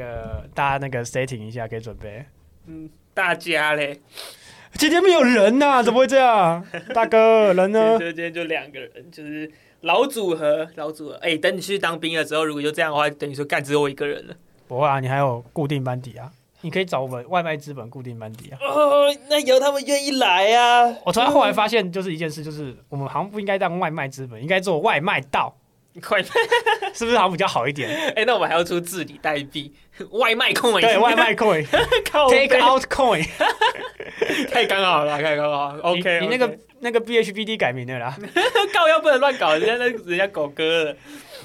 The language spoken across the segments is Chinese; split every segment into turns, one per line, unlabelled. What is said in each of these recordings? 个大家那个 setting 一下，可以准备。
嗯，大家嘞，
今天没有人呐、 怎么会这样？大哥，人呢？
今天就两个人，就是老组合，老组合。哎、等你去当兵了之后，如果就这样的话，等于说干只有我一个人了。
不会啊，你还有固定班底啊，你可以找我们外卖资本固定班底啊。
哦，那由他们愿意来啊。
我从来后来发现，就是一件事，就是我们好像不应该当外卖资本，应该做外卖道，
快，
是不是好像比较好一 点？
哎、那我们还要出治理代币、外卖控
对，外卖
，take
coin，take out coin。
太刚好了，太刚好了。OK，
你你那个那个 BHBD 改名了 啦。
告要不能乱搞，人家那人家狗哥了。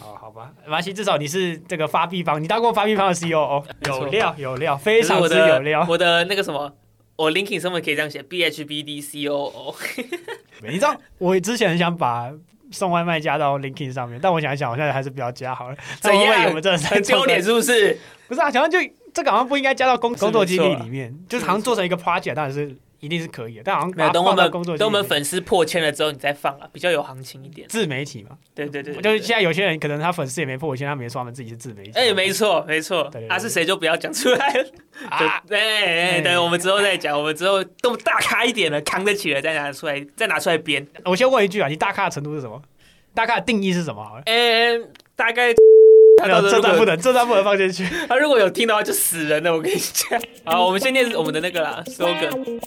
哦，好吧，没关系，至少你是这个发币方，你当过发币方的 CEO 哦，
没错
有料有料，非常之有料。
我的那个什么，我 LinkedIn 上面可以这样写：B H B D C O O。
你知道， 我之前很想把送外卖加到 LinkedIn 上面，但我想一想，好像还是不要加好了。
怎样
那会不会我们真的是
很丢脸，是不是？
不是啊，好像就这个好像不应该加到工
是没错啊
工作经历里面，就是好像做成一个 project，当然是一定是可以的，但好像
没
把
有，
它
等我
放到
们
工作
等
经
我
历里
们
面。
粉丝破千了之后，你再放啊，比较有行情一点。
自媒体嘛，
对对对，对
就是
对
现在有些人可能他粉丝也没破，现在他们也说他们自己是自媒体。
哎，没错没错
对对，对
啊是谁就不要讲出来了。
啊，
对，哎哎，对，
哎
我们之后再讲，我们之后都大咖一点了，扛得起了，再拿出来，再拿出来编。
我先问一句啊，你大咖的程度是什么？大咖的定义是什么？好了，
哎，大概他
没有
到时候
这
如果
段不能，这段不能放进去。
他如果有听到就死人了，我跟你讲。好，我们先念我们的那个啦，slogan。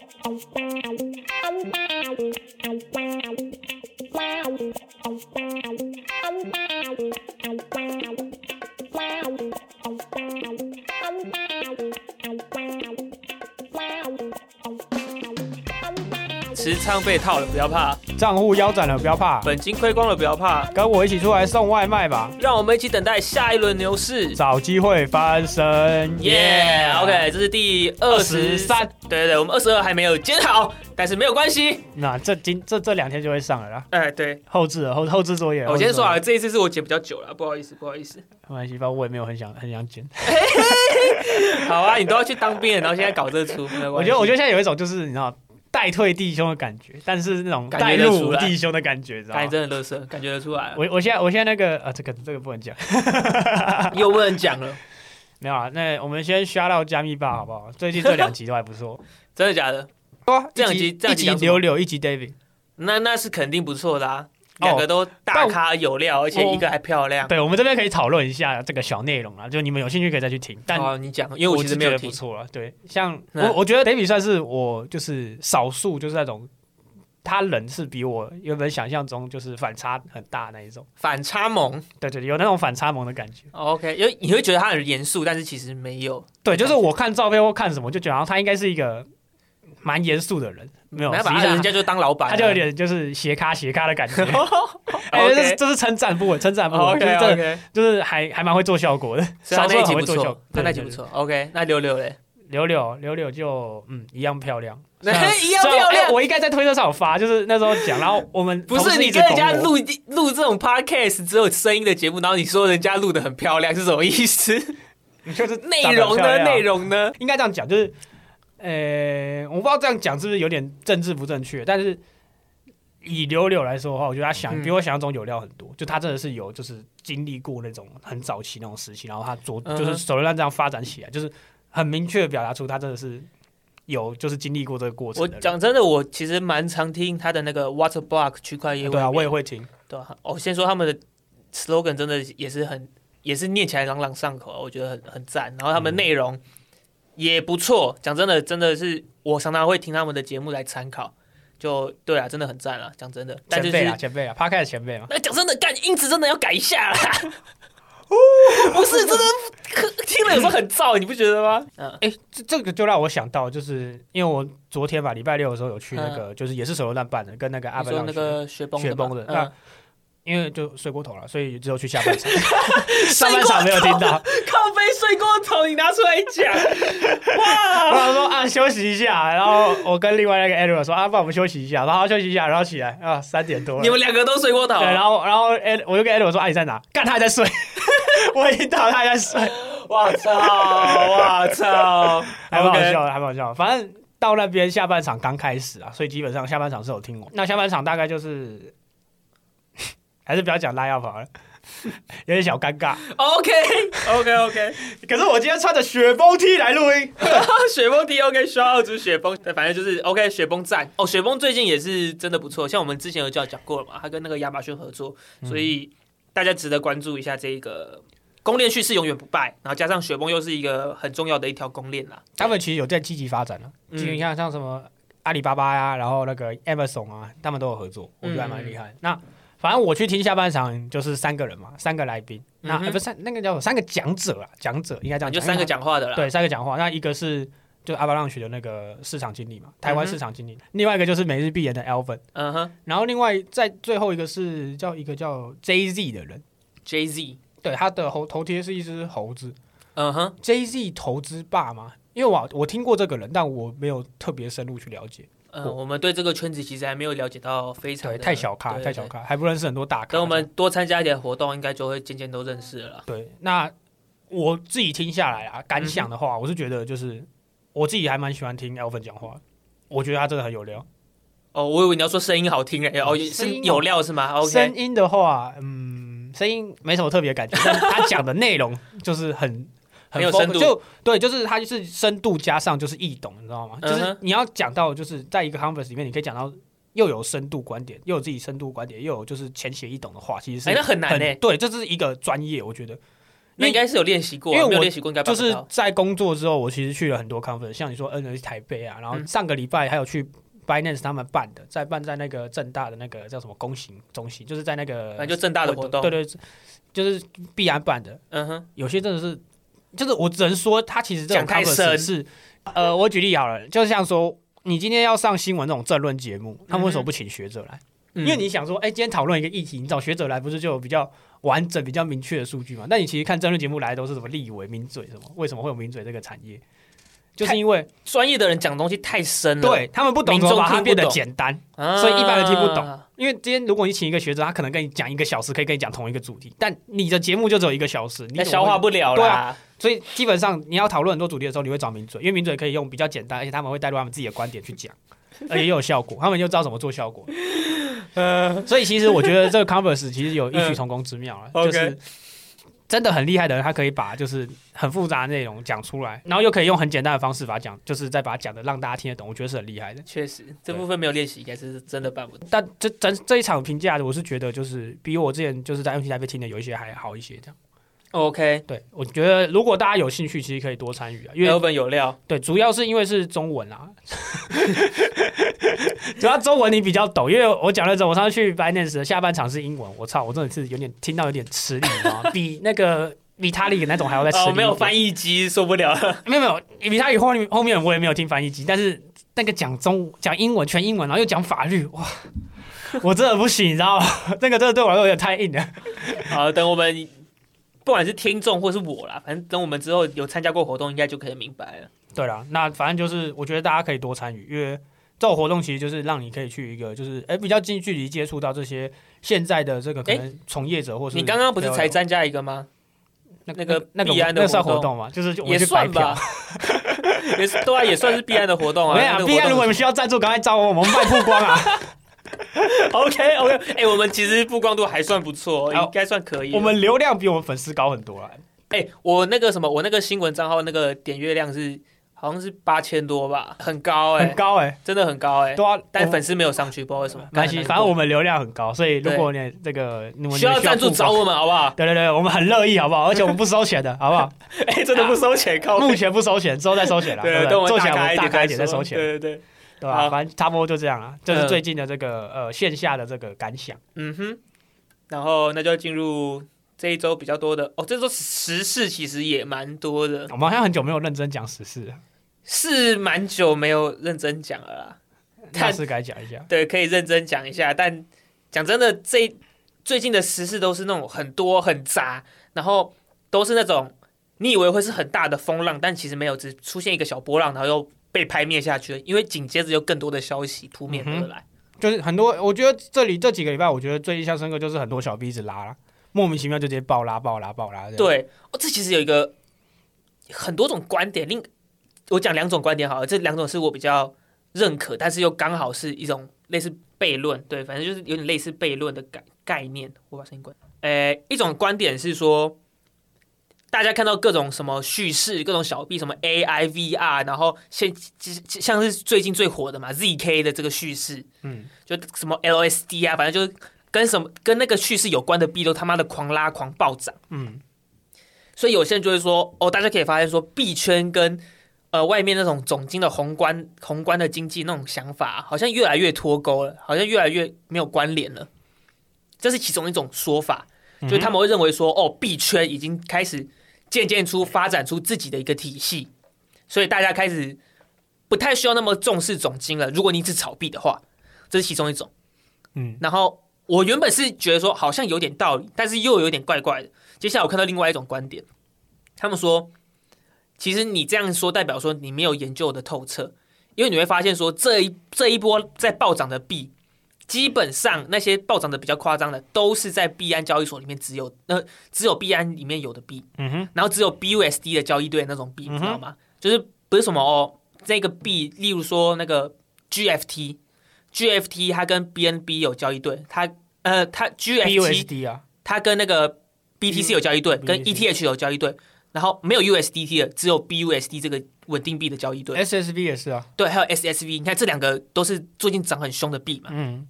持仓被套了，不要怕；
账户腰斩了，不要怕，
本金亏光了，不要怕。
跟我一起出来送外卖吧，
让我们一起等待下一轮牛市。
找机会翻身。
耶、o k 这是第二十三，
23
对对对，我们二十二还没有剪好，但是没有关系。
那这今这这两天就会上了啦，
哎，对，
后置了后后置作业。
我先说
啊，
啊，这一次是我剪比较久了，不好意思，不好 意思。
没关系，反正我也没有很想很想剪。
好啊，你都要去当兵了，然后现在搞这出，没有
我
关
觉
系。
得我觉得现在有一种就是你知道代退弟兄的感觉，但是那种
感觉
代
得出
入
来
弟兄的感觉，知道
感觉
吗？
真的乐色，感觉得出来了，
我我现在我现在那个啊，这个这个不能讲，
又不能 讲了，
没有啊。那我们先刷到加密吧，好不好？最近这两集都还不 错，
真的假的？
哇，
这两集
一
啊这两集
一
讲
集
什
柳
么
柳，一集 David，
那那是肯定不错的啊，
哦
两个都大咖有料，而且一个还漂亮。
对我们这边可以讨论一下这个小内容啊，就你们有兴趣可以再去听，但
哦，你讲，因为我
我
其实
是
没
觉
有
得
听
不。错了。对，像
嗯
我我觉得 David 算是我就是少数，就是那种他人是比我原本想象中就是反差很大那一种。
反差萌
对对，对有那种反差萌的感觉。
，OK，因为你会觉得他很严肃，但是其实没有。
对，就是我看照片或看什么，就觉得好像他应该是一个蛮严肃的人，没有，
然
实
后把
际
他
上
人家就当老板了，
他就有点就是斜咖斜咖的感 觉。哎，这是
OK 哦
这是称赞不稳，称赞不稳，
OK
就是真的
OK，
就是还还蛮会做效果的，
他
少数
那一
人
集
很
不
会做效
错
果，，
他
对
那一集
对
不
对
错。OK，那六六嘞，
柳柳柳柳就嗯一样漂亮，虽然
一样
虽然
漂
哎
亮。
我应该在推特上有发，就是那时候讲，然后我们
不
同
是
事
你
一直
跟人家
拱我，
录 录这种 podcast 只有声音的节目，然后你说人家录的很漂亮是什么意思？
就是
内容呢？内
容
容呢？
应该这样讲，就是呃，我不知道这样讲是不是有点政治不正确，但是以柳柳来说的话，我觉得他想
嗯
比我想象中有料很多，就他真的是有就是经历过那种很早期那种时期，然后他做
嗯哼
就是手榴弹这样发展起来，就是很明确的表达出他真的是有就是经历过这个过程
我
的人。
讲真的，我其实蛮常听他的那个 Water Block 区块业务。
对啊，我也会听。
对啊。哦，先说他们的 slogan 真的也是很，也是念起来朗朗上口啊，我觉得很很赞。然后
嗯
他们内容也不错，讲真的，真的是我常常会听他们的节目来参考。就对啊，真的很赞啊，讲真的。但就
前辈啊，
是
前辈啊 p a 的前辈嘛。
那讲真的，干音质真的要改一下啦。
哦
不是，真的可听了有时候很燥，你不觉得吗？嗯，
哎、这这个就让我想到，就是因为我昨天吧，礼拜六的时候有去那个，就是也是手榴弹办的，跟那个阿
嗯你
本
说
浪
那
去，
个雪崩
雪崩
的
的啊
嘛，
那
嗯
因为就睡过头了，所以只有去下半场， 上半场没有听到。
靠背睡过头，你拿出来讲，
然
哇！
后我说啊，休息一下。然后我跟另外那个 Edward 说啊，不然我们休息一下，然后休息一下，然后起来啊，三点多了。
你们两个都睡过头，啊
对，然后然后 Ed 我就跟 Edward 说啊，你在哪？干，他还在睡。 我已经到，他还在睡，
我操，我操，
还蛮好
OK
笑的，还蛮好笑的。反正到那边下半场刚开始啊，所以基本上 下半场是有听完。那下半场大概就是，还是不要讲拉药跑了。有点小尴尬。
OK OK OK，
可是我今天穿着雪崩 T 来录音，
雪崩 T OK，需要二组雪崩，哎反正就是 OK 雪崩赞哦。雪崩最近也是真的不错，像我们之前有讲讲过了嘛，他跟那个亚马逊合作，所
嗯
以大家值得关注一下这一个攻链叙事永远不败，然后加上雪崩又是一个很重要的一条攻链啦。
他们其实有在积极发展了、
嗯
就你看像什么阿里巴巴呀、然后那个 Amazon 啊，他们都有合作，我觉得还蛮厉害。那反正我去听下半场就是三个人嘛，三个来宾，那、
嗯哼
呃不是三那个叫什么三个讲者啊，讲者应该这样
就
讲，
三个讲话的
因为他
啦，
对三个讲话，那一个是。就阿巴浪许的那个市场经理嘛，台湾
嗯哼
市场经理，另外一个就是每日必言的 Alvin，
嗯哼
然后另外在最后一个是叫一个叫 J Z 的人，
，Jay Z，
对，他的猴头贴是一只猴子，
嗯哼，
J Z 投资霸吗？因为我我听过这个人，但我没有特别深入去了解。
嗯，
我
我们对这个圈子其实还没有了解到非常
对，
的
太小咖，
对
太小咖，还不认识很多大咖。
等我们多参加一点活动，应该就会渐渐都认识了啦。
对，那我自己听下来啊，感想的
嗯
话，我是觉得就是我自己还蛮喜欢听 Elvin 讲话，我觉得他真的很有料。
哦，我以为你要说声音好听嘞，哦，
声
是
音
有料是吗
声
？OK，
音的话，嗯，声音没什么特别感觉，但他讲的内容 就是很。很
很有
focus，
深度
就对，就是它就是深度加上就是易懂，你知道吗？就
嗯哼
是你要讲到，就是在一个 converse 里面，你可以讲到又有深度观点，又有自己深度观点，又有就是浅显易懂的话，其实是
哎，那很难
很
嘞，
对，这是一个专业，我觉得
那应该是有练习过啊，
因为我
没有练习过应该办
就
不
是
到
在工作之后，我其实去了很多 conference，像你说 NS 台北啊，然后
嗯
上个礼拜还有去 Binance 他们办的，在办在那个正大的那个叫什么公行中心，就是在那个
反正啊就正大的活动
对对，对就是必然办的，
嗯哼，
有些真的是，就是我只能说他其实这种
讲太
conference
深
是，呃，我举例好了，就像说。你今天要上新闻这种政论节目，他们为什么不请学者来？
因
因为你想说，哎、今天讨论一个议题，你找学者来，不是就有比较完整、比较明确的数据嘛？那你其实看争论节目来的都是什么立委、名嘴什么？为什么会有名嘴这个产业？就是因为
专业的人讲东西太深了，
对他们不懂
民
怎
众
么把它
听不
变得
懂
简单，
啊，
所以一般人听不懂因为今天如果你请一个学者，他可能跟你讲一个小时，可以跟你讲同一个主题，但你的节目就只有一个小时，你
那
怎么
消
会
化不了
对啊
啦。
所以基本上你要讨论很多主题的时候，你会找名嘴，因为名嘴可以用比较简单，而且他们会带入他们自己的观点去讲，而且也有效果，他们就知道怎么做效果。呃，所以其实我觉得这个 Converse 其实有异曲同工之妙啊，
嗯
就
OK
是真的很厉害的人，他可以把就是很复杂的内容讲出来，然后又可以用很简单的方式把它讲，就是再把它讲的让大家听得懂，我觉得是很厉害的。
确实，这部分没有练习，应该是真的办不到。
但这整这一场评价，我是觉得就是比我之前就是在 MT 台被听的有一些还好一些这样。
OK，
对，我觉得如果大家有兴趣，其实可以多参与啊，因为
e 本有料，
对，主要是因为是中文啦， 主要中文你比较懂，因为我讲那种我上次去 Binance 的下半场是英文，我操，我真的是有点听到有点吃力啊，比那个比他利那种还要再吃力一
哦，
点。
没有翻译机受不了 了。
没有没有，比他利后面后面我也没有听翻译机，但是那个讲中讲英文全英文，然后又讲法律，哇，我真的不行，你知道吗？ 那个真的对我来说有点太硬了。
好，等我们不管是听众或是我啦，反正等我们之后有参加过活动，应该就可以明白了。
对啦，那反正就是我觉得大家可以多参与，因为这种活动其实就是让你可以去一个就是哎、诶比较近距离接触到这些现在的这个可能从业者或是
你刚刚不是才
在
参加一个吗？
那
那个
那个
币安的
那个算
活动
活动嘛，就是就我
也
去白
算
嫖
吧。， 也是对啊，也算是必然的活动
我
啊。
跟你讲，必安如果你们需要赞助，赶快找我，我们卖曝光啊！
OK OK，哎、我们其实曝光度还算不错，
好
应该算可以了。
我们流量比我们粉丝高很多啊。
哎、我那个什么，我那个新闻账号那个点阅量是好像是八千多吧，很高哎、
很高哎、
真的很高哎、
对啊，
但
我们
粉丝没有上去，不知道为什么。
没关系，
看
反正我们流量很高，所以如
对
果你这个你们
需要赞助
曝光
找我们好 不好？
对对对，我们很乐意，好不好？而且我们不收钱的，好不 好？
哎、真的不收钱，靠
目前不收钱，之后再收钱啦。
啊对，
不
等我们
做起来我
开
们大
开
一点再收钱。
对对对，
对吧、
好
反正差不多就这样了，这是
嗯
最近的这个、呃线下的这个感想。
嗯哼。然后那就进入这一周比较多的哦，这周时事其实也蛮多的，
我们好像很久没有认真讲时事了，
是蛮久没有认真讲了啦。
那是该讲一下。
对，可以认真讲一下。但讲真的，这最近的时事都是那种很多很杂，然后都是那种你以为会是很大的风浪，但其实没有，只出现一个小波浪，然后又被拍灭下去了。因为紧接着有更多的消息扑面而来。
就是很多，我觉得这里这几个礼拜，我觉得最印象深刻就是很多小 B 一直拉啦，莫名其妙就直接爆拉爆拉爆拉这样。
对，哦，这其实有一个很多种观点，另我讲两种观点好了，这两种是我比较认可，但是又刚好是一种类似悖论，对，反正就是有点类似悖论的感概念。我把声音关。呃，一种观点是说，大家看到各种什么叙事、各种小币，什么 AI、VR，然后现像是最近最火的嘛，ZK 的这个叙事，
嗯，
就什么 LSD 啊，反正就是跟什么跟那个叙事有关的币都他妈的狂拉狂暴涨。
嗯，
所以有些人就会说，哦，大家可以发现说，币圈跟呃外面那种总经的宏观宏观的经济那种想法，好像越来越脱钩了，好像越来越没有关联了。这是其中一种说法，
嗯
就是他们会认为说，哦，币圈已经开始渐渐出发展出自己的一个体系，所以大家开始不太需要那么重视总经了。如果你只炒币的话，这是其中一种。
嗯，
然后我原本是觉得说好像有点道理，但是又有点怪怪的。接下来我看到另外一种观点，他们说，其实你这样说代表说你没有研究的透彻，因为你会发现说这一这一波在暴涨的币，基本上那些暴涨的比较夸张的，都是在币安交易所里面只有呃只有币安里面有的币，
嗯哼，
然后只有 BUSD 的交易对那种币，你知道
嗯
吗？就是不是什么哦，这个币，例如说那个 GFT，GFT 它跟 BNB 有交易对，它呃它 GFT
BUSD 啊，
它跟那个 BTC 有交易对，
BTC
跟 ETH 有交易对，然后没有 USDT 的，只有 BUSD 这个稳定币的交易对，
，SSV 也是啊，
对，还有 SSV，你看这两个都是最近涨很凶的币嘛，
嗯，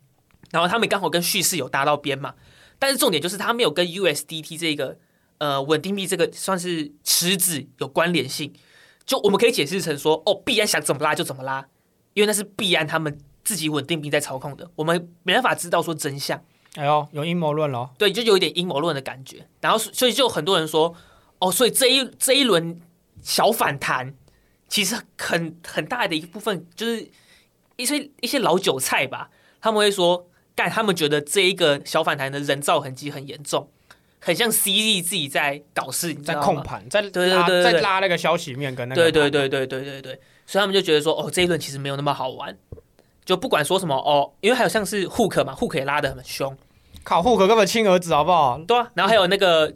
然后他们刚好跟叙事有搭到边嘛，但是重点就是它没有跟 USDT 这个呃稳定币这个算是池子有关联性，就我们可以解释成说，哦，币安想怎么拉就怎么拉，因为那是币安他们自己稳定币在操控的，我们没办法知道说真相，
哎呦，有阴谋论咯，
对，就有一点阴谋论的感觉，然后所所以就很多人说，哦，所以这一这一轮小反弹，其实很很大的一部分就是一些一些老韭菜吧，他们会说，干，他们觉得这一个小反弹的人造痕迹很严重，很像 CZ 自己在搞事，你知
在
道
控
吗？
盘，在
对对
拉
对对
在
对
拉那个消息面跟那个，
对对，对对对对对，所以他们就觉得说，哦，这一轮其实没有那么好玩，就不管说什么哦，因为还有像是 Hook 嘛，Hook 也拉得很凶，
考户口根本亲儿子好不好
对啊，然后还有那个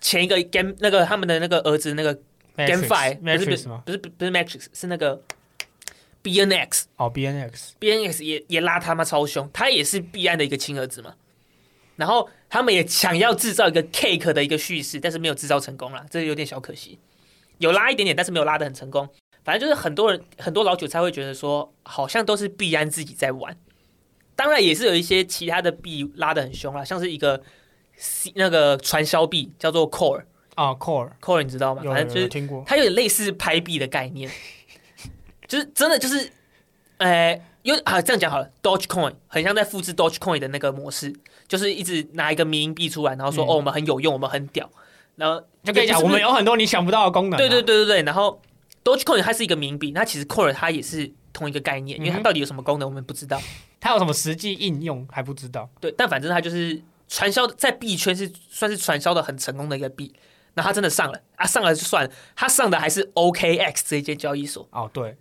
前一个 Game 那个他们的那个儿子那个 GameFi 不是不
Matrix
是
吗？
不是不是 Matrix 是那个 BNX
哦，BNX，
BNX 也也拉他妈超凶，他也是币安的一个亲儿子嘛。然后他们也想要制造一个 cake 的一个叙事，但是没有制造成功啦，这有点小可惜。有拉一点点，但是没有拉得很成功。反正就是很多人很多老韭菜会觉得说，好像都是币安自己在玩。当然也是有一些其他的币拉得很凶啦，像是一个 C 那个传销币叫做 Core，Core
啊，Core，
你知道吗？
有
反正就
有
是
有听过，
它有点类似拍币的概念，就是真的就是，呃，因为啊这样讲好了，Dogecoin 很像在复制 Dogecoin 的那个模式，就是一直拿一个民营币出来，然后说、
嗯
哦我们很有用，我们很屌，然后
就跟你讲，
也
我
不是
们有很多你想不到的功能啊，
对对对对对，然后 Dogecoin 它是一个民营币，那其实 Core 它也是同一个概念，因为它
嗯哼
到底有什么功能我们不知道，
它有什么实际应用还不知道？
对，但反正它就是传销在币圈是算是传销的很成功的一个币。那它真的上了啊，上了就算了，它上的还是 OKX 这一间交易所，
哦，对，
这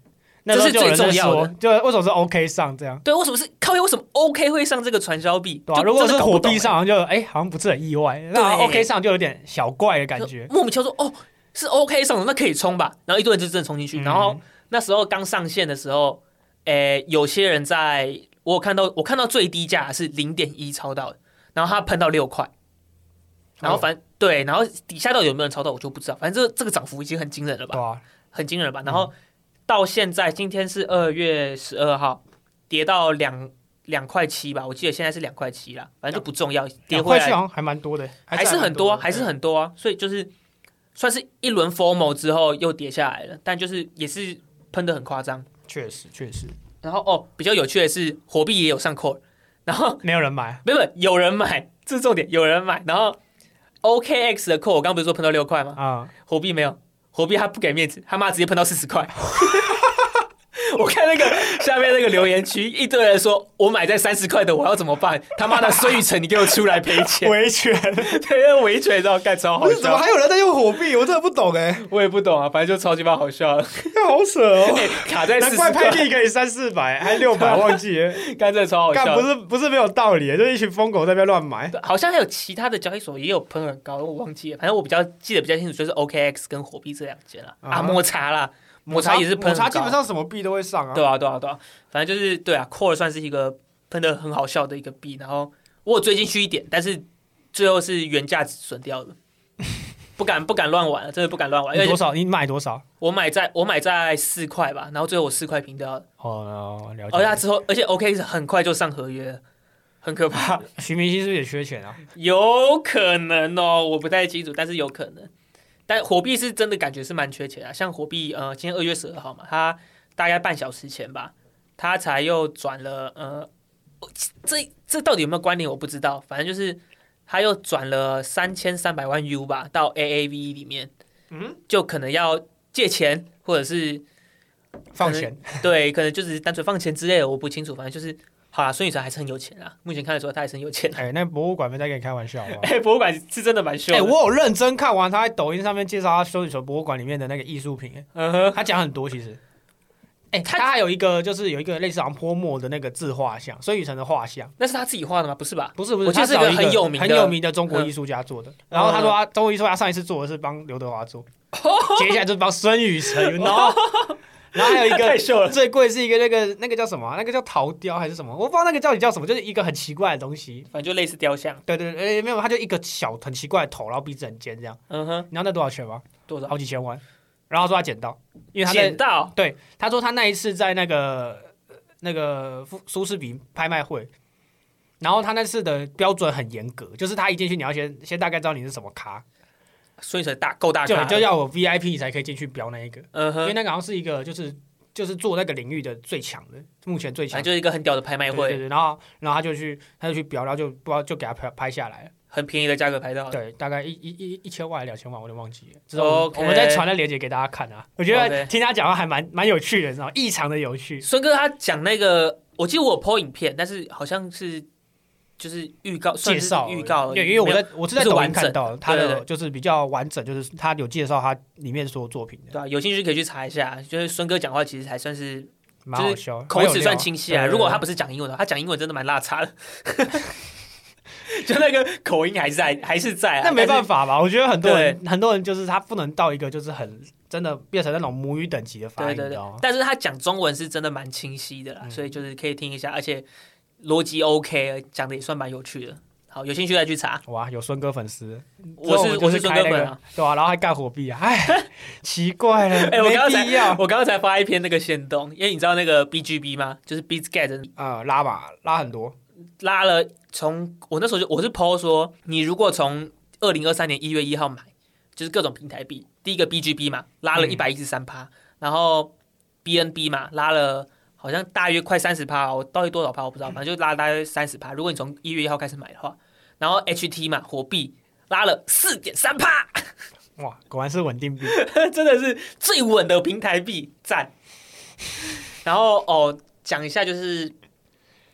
那时候
是
就有
最
人在
重要
说
的，
就为什么是 OK 上这样？
对，为什么是靠背？为什么 OK 会上这个传销币？
对吧、
就
如果
真
是
的搞
火
不懂
币
欸
上，好像就哎、好像不是很意外。那
对
OK 上就有点小怪的感
就
觉。
莫名其妙说哦是 OK 上的，那可以冲吧。然后一堆人就真的冲进
嗯
去。然后那时候刚上线的时候，诶、有些人在我有看到我看到最低价是零点一超到的，然后他喷到六块，然
嗯
后反、
哦
对，然后底下到底有没有人超到我就不知道。反正这这个涨幅已经很惊人了吧
对？啊，
很惊人吧？然后到现在，今天是二月十二号，跌到两两块七吧，我记得现在是两块七啦，反正就不重要，跌
两
回
块哎去
来
好像还蛮多的，
还是很多，还是很多啊，所以就是算是一轮 formal 之后又跌下来了，但就是也是喷的很夸张。
确实确实
然后哦，比较有趣的是，火币也有上 call，然后
没有人买。
没有没有有人买，这是重点，有人买，然后 OKX 的 call 我刚不是说喷到六块吗？
啊、
火币没有，火币他不给面子，他妈直接喷到四十块。 我看那个下面那个留言区，一堆人说：“我买在三十块的，我要怎么办？”他妈的孙雨晨，你给我出来赔钱！
维权，
对，维权知道干超好
不是，怎么
笑，
还有人在用火币？我真的不懂 哎、
我也不懂啊，反正就超级爆好 笑，
好扯哦！
卡在哎四
难
十
怪
块，
拍地可以三四百，还六百，忘记了。
干这 超好
干
笑
不。是不是没有道理，就是一群疯狗在那边乱买。
对好像还有其他的交易所也有喷很高，我忘记了。反正我比较记得比较清楚，就是 OKX 跟火币这两间了
啊
啊，摩擦啦，摩擦也是喷
抹
很高，
茶基本上什么币都会上啊。
对啊，对啊，对啊，反正就是对啊，Core 算是一个喷的很好笑的一个币，然后我有追进去一点，但是最后是原价损掉 的，不敢不敢乱玩啊了，真的不敢乱玩。
你
而
多
且
少？你买多少？
我买在我买在四块吧，然后最后我四块平掉了，
哦，了
而且
解。
之后而且 OK 是很快就上合约了，很可怕，
徐明星是不是也缺钱啊？
有可能哦，我不太清楚，但是有可能。但火币是真的感觉是蛮缺钱啊，像火币呃，今天二月十二号嘛，它大概半小时前吧，它才又转了呃，这这到底有没有关联我不知道，反正就是它又转了三千三百万 U 吧到 AAV 里面，嗯，就可能要借钱或 者是
放钱，
对，可能就只是单纯放钱之类的，我不清楚，反正就是好啦，孙宇晨还是很有钱啊，目前看得出来他还是很有钱啊。
哎、那博物馆没在跟你开玩笑 好不好
哎、博物馆是真的蛮秀
哎、
的。
我有认真看完他在抖音上面介绍他修理所博物馆里面的那个艺术品、
嗯 哼，
他讲很多其实。哎、
他
他还有一个就是有一个类似好像泼墨的那个自画像，孙宇晨的画像，
那是他自己画的吗？不是吧？
不是不是，
我记得
他
是一个
找一
很有名的嗯
很有名的中国艺术家做的。然后他说他中国艺术家上一次做的是帮刘德华做，
哦
接下来就是帮孙宇晨，you know。然后还有一个
哦秀。
最贵是一个那个那个叫什么啊、那个叫陶雕还是什么？我不知道那个到底叫什么，就是一个很奇怪的东西。
反正就类似雕像，
对对对，哎没有，他就一个小很奇怪的头，然后鼻子很尖这样。
嗯哼，
你知道那多少钱吗？
多少？
好几千万。然后他说他捡到，因为他在
捡到
对，他说他那一次在那个呃那个苏苏士比拍卖会，然后他那次的标准很严格，就是他一进去你要先先大概知道你是什么咖，
孙宇晨大够大
就
咖，
就要我 VIP 才可以进去标那一个，
嗯
因为
哼，
那个好像是一个就是就是做那个领域的最强的，目前最
反正
强。
就是一个很屌的拍卖
对对
会，
对，然后然后他就去他就去标，然后就不知道就给他拍拍下来了，
很便宜的价格拍到。
对，大概一一一一千万还是两千万，我有点忘记了。之后
OK
我们再传那链接给大家看啊，我觉得
OK
听他讲话还蛮蛮有趣的，你知道吗，异常的有趣。
孙哥他讲那个，我记得我有 po 影片，但是好像是就是预告，
介
算是
绍
预告而已，
对，因为我
没有
在我是在
不
抖
是
音
完整
看到的他
对对
的，
对
就是比较完整，就是他有介绍他里面所有作品
对
的，
吧、有兴趣可以去查一下，就是孙哥讲话其实还算是
蛮好笑，
口齿算清晰啊。如果他
不
不是讲英文的话，他讲英文真的蛮拉差的， 就那个口音还在，还是在、啊。
那没办
法，
法吧？我觉得很多人很多人就是他不能到一个就是很真的变成那种母语等级的发音，
对
你
对
知
对
道吗，？
但是他讲中文是真的蛮清晰的啦，
嗯
所以就是可以听一下，而且逻辑 OK，讲的也算蛮有趣的。好，有兴趣再 去查。
哇，有孙哥粉丝，
我
之
是
后我
是孙哥粉啊，，
对吧？然后还干火币啊，哎，奇怪了，
哎我刚刚
没
才
必要
我刚刚才发一篇那个线动，因为你知道那个 BGB 吗？就是 b e a t g a t
啊，拉吧，拉很多，
拉了从我那时候就我是 PO 说，你如果从二零二三年一月一号买，就是各种平台币，第一个 BGB 嘛，拉了一
嗯
百一十三趴，然后 BNB 嘛，拉了好像大约快三十趴，我到底多少趴我不知道，反正就拉了大约三十趴。如果你从一月一号开始买的话，然后 HT 嘛，火币拉了四点三趴，
哇，果然是稳定币，
真的是最稳的平台币，赞。然后哦，讲一下就是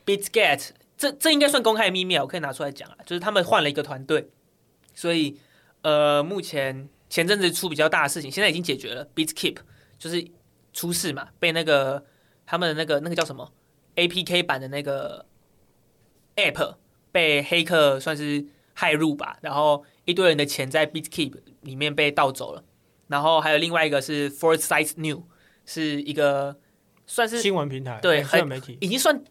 BitGet，这这应该算公开秘密啊，我可以拿出来讲啊，就是他们换了一个团队，所以呃，目前前阵子出比较大的事情，现在已经解决了。BitKeep 就是出事嘛，被那个他们的那个那个叫什么 APK 版的那个 App 被黑客算是骇入吧，然后一堆人的钱在 BitKeep 里面被盗走了。然后还有另外一个是 Foresight New，是一个算是
新闻平台，
对
新闻
很
媒体，
已经算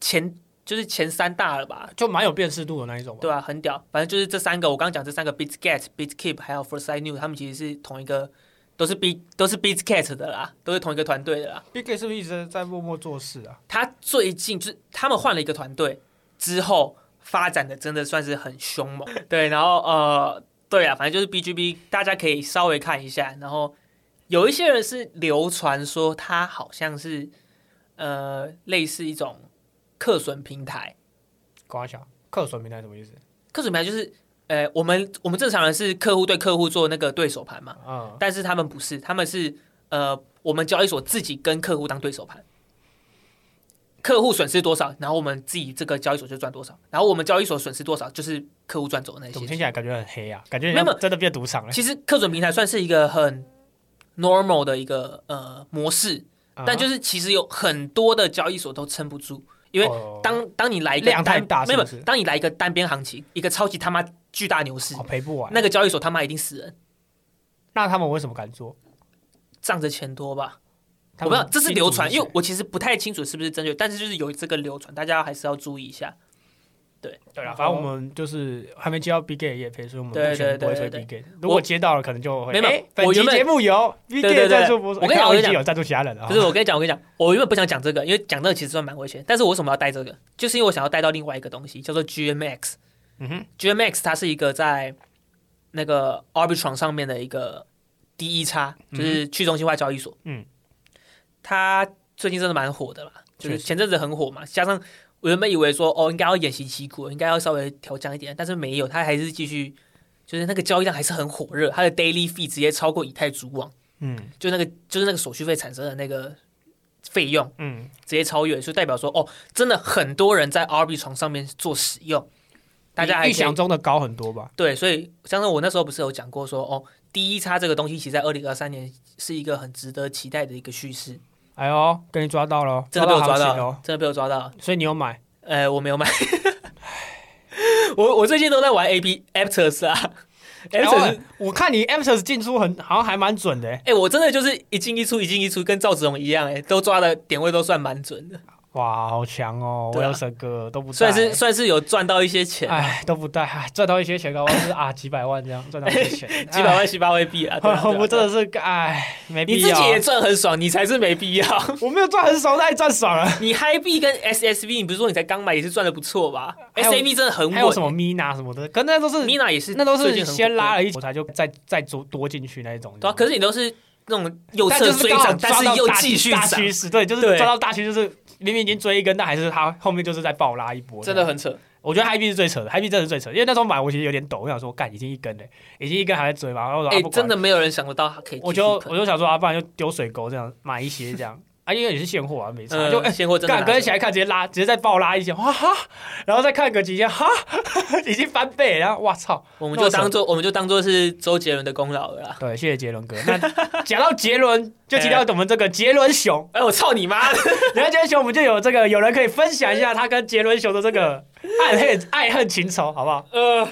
前就是前三大了吧，
就蛮有辨识度的那一种吧。
对吧、啊很屌，反正就是这三个，我刚刚讲这三个 BitGet、BitKeep 还有 Foresight New，他们其实是同一个，都是 B 都是 BitGet 的啦，都是同一个团队的啦。
B K 是不是一直在默默做事啊？
他最近就是他们换了一个团队之后，发展的真的算是很凶猛。 对，然后呃，对啊，反正就是 BGB，大家可以稍微看一下。然后有一些人是流传说它好像是呃类似一种课损平台，
搞一下，客损平台什么意思？
课损平台就是呃我们我们正常人是客户对客户做那个对手盘嘛，
嗯，
但是他们不是，他们是呃，我们交易所自己跟客户当对手盘，客户损失多少，然后我们自己这个交易所就赚多少，然后我们交易所损失多少，就是客户赚走的那
怎么
些。
听起来感觉很黑啊？感觉
哎没有没
像
有
真的变赌场了。
其实客准平台算是一个很 normal 的一个呃模式，
啊
但就是是其实有很多的交易所都撑不住，因为
为
当当你来一个
量太
单
大
没有，
是不
没
是
有当你来一个单边行情，一个超级他妈巨大牛市，
哦赔不完，
那个交易所他妈一定死人，
那他们为什么敢做？
仗着钱多吧。
他
我不
们
知道这是
清楚
流传，
是
因为
谁
我其实不太清楚是不是正确，但是就是有这个流传，大家还是要注意一下。对
对啦，
然
反正我
后
们就是还没接到 B Gay 的夜配，所以我们
对
目前
对
不会推
对
B Gay。如果接到了，可能就会。
没有
哎
我
本期
原本
节目由 B
对
Gay
对对
赞助播出。
我跟你讲
哎
我
看我
跟你
已经
讲
有赞助其他人了啊。
不是我跟你讲，我跟你讲，我原本不想讲这个，因为讲这个其实算蛮危险。但是我为什么要带这个？就是因为我想要带到另外一个东西，叫做 GMX。
嗯哼
GMX 它是一个在那个 Arbitron 上面的一个 D 一叉，就是去中心化交易所。
嗯，
它最近真的蛮火的啦，就是
确实
前阵子很火嘛，加上我原本以为说哦，应该要演习旗鼓，应该要稍微调降一点，但是没有，它还是继续，就是那个交易量还是很火热，它的 daily fee 直接超过以太主网，
嗯
就那个就是那个手续费产生的那个费用。
嗯，
直接超越，就代表说哦，真的很多人在 RB 床上面做使用，大家还
比
可以
预想中的高很多吧？
对，所以像是我那时候不是有讲过说哦，第一叉这个东西其实在二零二三年是一个很值得期待的一个趋势，
哎呦，给你抓到了，
真的被我
抓
抓
行
到，
哦。
真的被我抓到，
所以你有买？
呃，我没有买， 我我最近都在玩 A B Aptos 啊
哎
，Aptos 是。
我我看你 Aptos 进出很好像还蛮准的。哎
哎、我真的就是一进一出，一进一出，跟赵子龙一样、哎，都抓的点位都算蛮准的，
哇，好强哦！我
对啊
有神哥都不带
算是算是有赚到一些钱，
哎都不带，哎赚到一些钱，搞不好是啊几百万这样赚到一些钱，
几百万、十八位币啊！对啊
哎。
对啊
我
对
真
啊
的是哎没
你
必
自
要
己。也赚很爽，你才是没必要。
我没有赚很少，但也赚爽了。
你 Hi B 跟 SSV，你不是说你才刚买也是赚的不错吧
还有
？SAV 真的很稳。
还有什么 Mina 什么的，可那都是
Mina 也是，
那都
最
是
近很
先拉
火
了一我才就再再多多进去那一种。
对啊，可是你都是那种右
但
侧
就是
追
刚好
涨，但
抓
是
到
又
大
继续
大
涨
趋，势，对，就是
对
抓到大趋势，就是明明已经追一根，但还是它后面就是在爆拉一波。
真的，很扯。
我觉得 High B 是最扯的，High B 真的是最扯的，因为那时候买我其实有点抖，我想说，干已经一根了，已经一根还在追嘛，然后我说
哎
啊，不，管
真的没有人想得到它可以继续喷。
我就我就想说啊，不然就丢水沟这样买一些这样啊，因为也是现货啊，没差，
嗯
就哎
现货真的
干
拿着
跟起来看，直接拉，直接再爆拉一些，哇哈，然后再看个几天，哈， 已经翻倍了，然后哇操，
我们
那
就
我手
当做我们就当做是周杰伦的功劳了啦。
对，谢谢杰伦哥。 那讲到杰伦，就提到我们这个杰伦熊，
哎，我操你妈！
然后杰伦熊我们就有这个有人可以分享一下他跟杰伦熊的这个爱 恨爱恨情仇，好不好？
呃，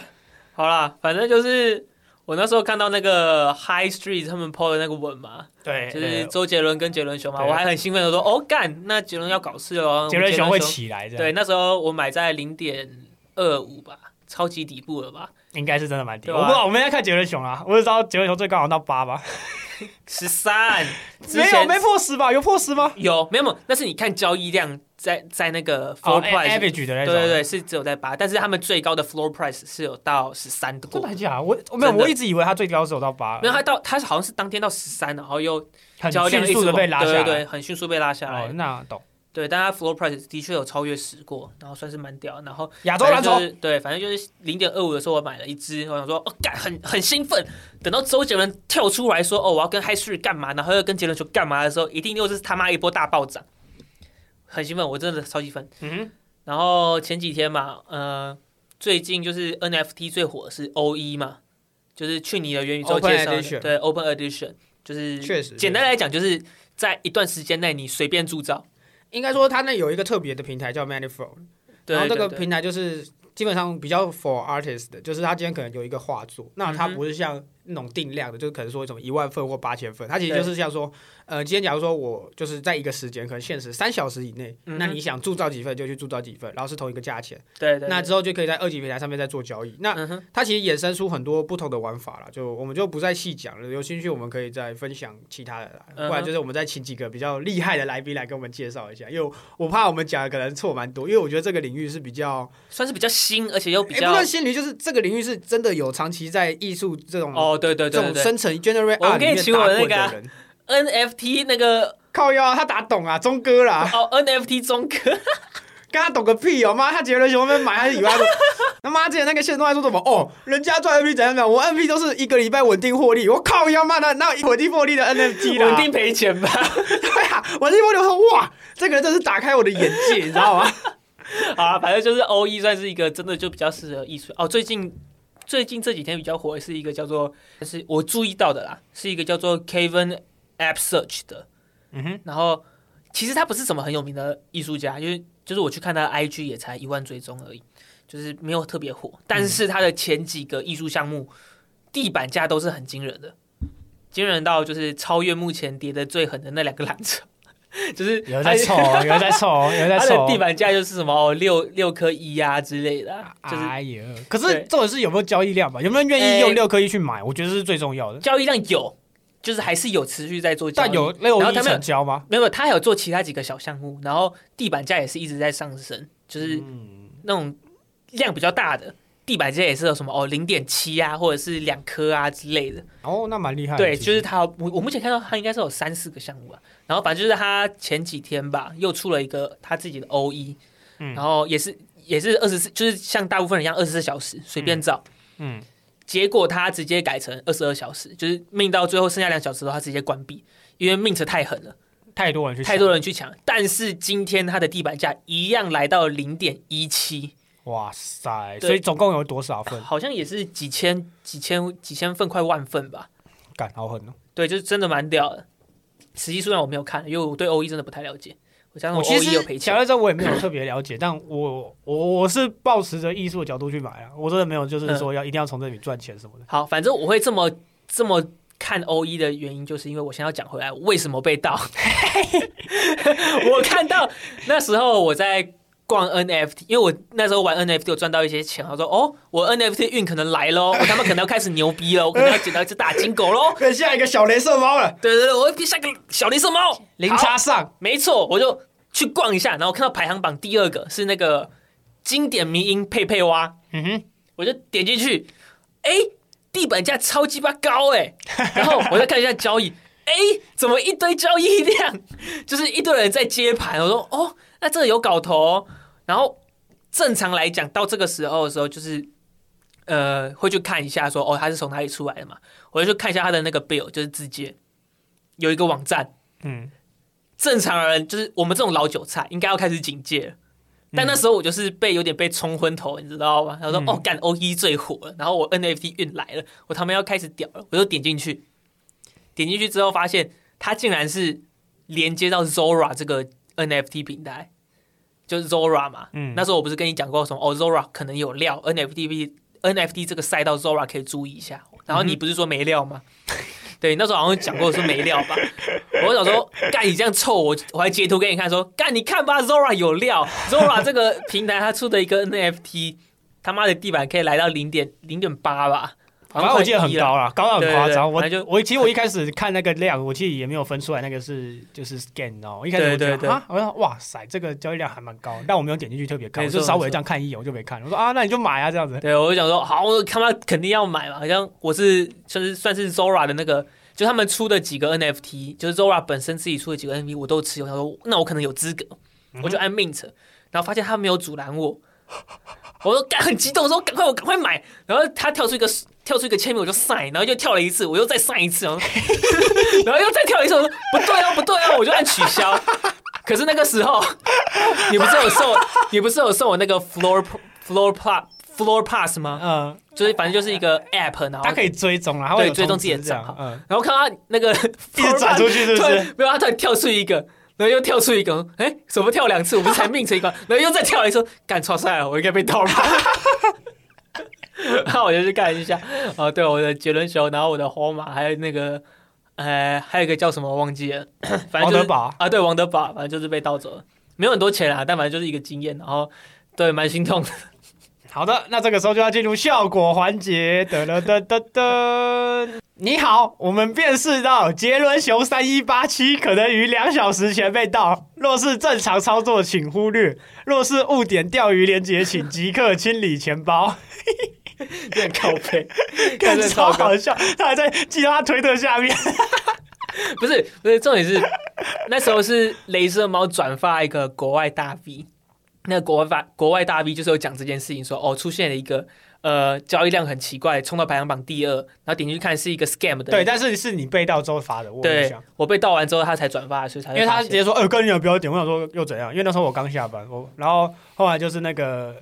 好啦，反正就是我那时候看到那个 High Street 他们 PO 的那个文嘛，
对，
就是
呃
周杰伦跟杰伦熊嘛，
对啊
我还很兴奋的说，哦干，那杰伦要搞事哦，
杰伦熊会。起来这样，
对，那时候我买在零点二五吧，超级底部了吧，
应该是真的蛮低。
对啊
我
吧
不知道，我没在看杰伦熊啊，我只知道杰伦熊最高好像到八吧，
十三， 之
没有
前
没破十吧？有破十吗？
有没有没有？那是你看交易量在在那个
哦
floor price，、
，average 的那种，
对对对，是只有在八，但是他们最高的 floor price 是有到十三
真
过
的还。假的？我我没有，
真的
我一直以为他最高只有到八，
没有，他到他好像是当天到十三，然后又
很
交易量
迅
一直
速的被拉
往
下
对
来。
对对，很迅速被拉下来。
哦，那懂。
对，但他 floor price 的确有超越十过，然后算是蛮屌。然后
亚洲蓝
反
筹
正就是对，反正就是零点二五的时候，我买了一只，我想说，哦，干，很很兴奋。等到周杰伦跳出来说，哦，我要跟 High Street 干嘛，然后又跟杰伦说干嘛的时候，一定又是他妈一波大暴涨，很兴奋，我真的超兴奋。
嗯哼，
然后前几天嘛，呃，最近就是 NFT 最火的是 O E 嘛，就是去你的元宇宙
Open
介绍的
Edition
对 Open Edition，就是
确实
简单来讲就是在一段时间内你随便铸造，
应该说它那有一个特别的平台叫 Manifold，
对
然后那个
对对
平台就是基本上比较 for artist 的，就是他今天可能有一个画作，那它
嗯哼
不是像那种定量的，就是可能说什么一万份或八千份，它其实
对
就是像说，呃，今天假如说我就是在一个时间，可能限时三小时以内，
嗯哼
那你想铸造几份就去铸造几份，然后是同一个价钱，
对对，
那
对
之后就可以在二级平台上面再做交易。那
嗯哼，
它其实衍生出很多不同的玩法了，就我们就不再细讲了。有兴趣我们可以再分享其他的
嗯哼
啦，不然就是我们再请几个比较厉害的来宾来跟我们介绍一下，因为我怕我们讲的可能错蛮多，因为我觉得这个领域是比较，
算是比较新，而且又比
哎，
较
不算新领域，就是这个领域是真的有长期在艺术这种
哦，对对
这
对
种
对对
深层 generate
我们
art
可
里
以
面
请我
打
那
滚
个啊
的人，
，NFT 那个
靠腰啊他打懂啊，钟哥啦，
哦 NFT 中科，
跟他懂个屁哦！妈，他杰伦熊那边买，他以为他 说，他妈之前那个线都还说什么哦，人家赚 NP 怎样怎样，我 NP 都是一个礼拜稳定获利，我靠要妈的，那那稳定获利的 NFT 啦，
稳定赔钱吧。
对啊，稳定获利，我说哇，这个人真是打开我的眼界，你知道吗？
好啊，反正就是 O E 算是一个真的就比较适合艺术哦。最近最近这几天比较火的是一个叫做，是我注意到的啦，是一个叫做 Kevin App Search 的，
嗯哼，
然后其实他不是什么很有名的艺术家，因为就是我去看他的 IG 也才一万追踪而已，就是没有特别火，但是他的前几个艺术项目地板价都是 很惊人的，惊人到就是超越目前跌得最狠的那两个蓝筹。就是
有人在 凑哦，有人在凑哦，有人在
它
凑
的
哦。
地板价就是什么哦六六颗一啊之类的啊，就是
哎呀，可
对
是重点是有没有交易量吧？有没有人愿意
哎
用六颗一去买？我觉得这是最重要的。
交易量有，就是还是有持续在做交易，
但有六
然后
一
他们
成交吗？
没有？他还有做其他几个小项目，然后地板价也是一直在上升，就是
嗯，
那种量比较大的地板价也是有什么哦零点七啊，或者是两颗啊之类的。
哦，那蛮厉害的。
对，
其
就
实
是他，我我目前看到他应该是有三四个项目啊。然后反正就是他前几天吧，又出了一个他自己的 O 一、
嗯
然后也是也是二十四，就是像大部分人一样二十四小时随便找。
嗯，
结果他直接改成二十二小时，就是命到最后剩下两小时的话，他直接关闭，因为命值太狠了，
太多人去抢，
太多人去抢。但是今天他的地板价一样来到零点一七，
哇塞！
对
所以总共有多少份？
好像也是几千、几千、几千份，快万份吧。
干好狠哦！
对，就是真的蛮屌的。实际数量我没有看，因为我对 O E 真的不太了解。我加上
我其
O E 有赔
实
钱
讲，到这，我也没有特别了解，但我我我是抱持着艺术的角度去买啊，我真的没有
嗯
就是说要一定要从这里赚钱什么的。
好，反正我会这么这么看 O 一的原因，就是因为我先要讲回来为什么被盗。我看到那时候我在逛 NFT，因为我那时候玩 NFT 有赚到一些钱，我说哦，我 NFT 运可能来喽，我他妈可能要开始牛逼了，我可能要捡到一只大金狗喽。
等下一个小镭射猫了，
对对对，我像个小雷射猫，
零
好
插上，
没错，我就去逛一下，然后看到排行榜第二个是那个经典迷音佩佩蛙，
嗯哼，
我就点进去，哎，地板价超鸡巴高哎、然后我再看一下交易，哎，怎么一堆交易量， 就是一堆人在接盘，我说哦，那这个有搞头、哦，然后正常来讲到这个时候的时候就是。呃，会去看一下说，哦，他是从哪里出来的嘛？我就去看一下他的那个 bill，就是字节有一个网站，
嗯，
正常人就是我们这种老韭菜，应该要开始警戒了。但那时候我就是被有点被冲昏头，你知道吗？他说：“
嗯
哦，干 O E 最火了，然后我 NFT 运来了，我他妈要开始屌了。”我就点进去，点进去之后发现它竟然是连接到 Zora 这个 NFT 平台，就是 Zora 嘛。
嗯
那时候我不是跟你讲过什么哦，Zora 可能有料，NFT 比 NFT 这个赛道 Zora 可以注意一
嗯
下。然后你不是说没料吗？对，那时候好像讲过说没料吧。我想说，干你这样臭我，我还截图给你看说，干你看吧，Zora 有料，Zora 这个平台它出的一个 NFT，他妈的地板可以来到零点零点八吧，好
反
像
正我记得
快
很
一了啊
高啦，高到很夸张。
对对对
我
反正就
我其实我一开始看那个量，我其实也没有分出来那个是就是 scan 哦。一开始我觉
对对对
得啊，我说哇塞，这个交易量还蛮高，但我没有点进去特别看，
没
我
错
就稍
没
微
错
这样看一眼我就没看。我说啊，那你就买啊这 样子。
对，我就想说，好，我他妈肯定要买嘛。好像我是算是算是 Zora 的那个，就他们出的几个 NFT，就是 Zora 本身自己出的几个 NFT，我都持有。他说，那我可能有资格，我就按 mint，然后发现他没有阻拦我，我说赶很激动，我说赶快我赶快买。然后他跳出一个跳出一个签名，我就 sign，然后又跳了一次，我又再 sign 一次，然后 然后又再跳一次，我说不对啊不对啊，我就按取消。可是那个时候，你不是有送你不是有送我那个 floor floor pass floor pass 吗？
嗯，
就是反正就是一个 app，然后
它可以追踪啊啦，它会有
对追踪
通
自己的
知这样
账号
嗯，
然后看到他那个一
一直转出去是不
突
是
然？没有，他突然跳出一个，然后又跳出一个，哎，怎么跳两次？我不是才命成一个，然后又再跳一次，干超赛了，我应 该被盗吧？那我就去看一下，哦，对，我的杰伦球，然后我的皇马，还有那个，呃，还有一个叫什么忘记了，反正
王
就是
德宝
啊，对，王德宝，反正就是被盗走了，没有很多钱啊，但反正就是一个经验，然后对，蛮心痛的。
好的，那这个时候就要进入效果环节。噔噔噔噔噔，你好，我们辨识到杰伦熊三一八七可能于两小时前被盗，若是正常操作请忽略，若是误点钓鱼连结，请即刻清理钱包。
有点靠 背，
看
真的
超
靠背
好笑，他还在记到他推特下面。
不是不是，重点是那时候是镭射猫转发一个国外大 V，那国外发国外大 V 就是有讲这件事情说，哦出现了一个呃交易量很奇怪，冲到排行榜第二，然后点进去看是一个 scam 的，
对，但是是你被盗之后发的，我有
对
想，，
我被盗完之后他才转发，所以才
因为他
发
直
现
接说，呃，跟你有标点，我想说又怎样？因为那时候我刚下班，我然后后来就是那个。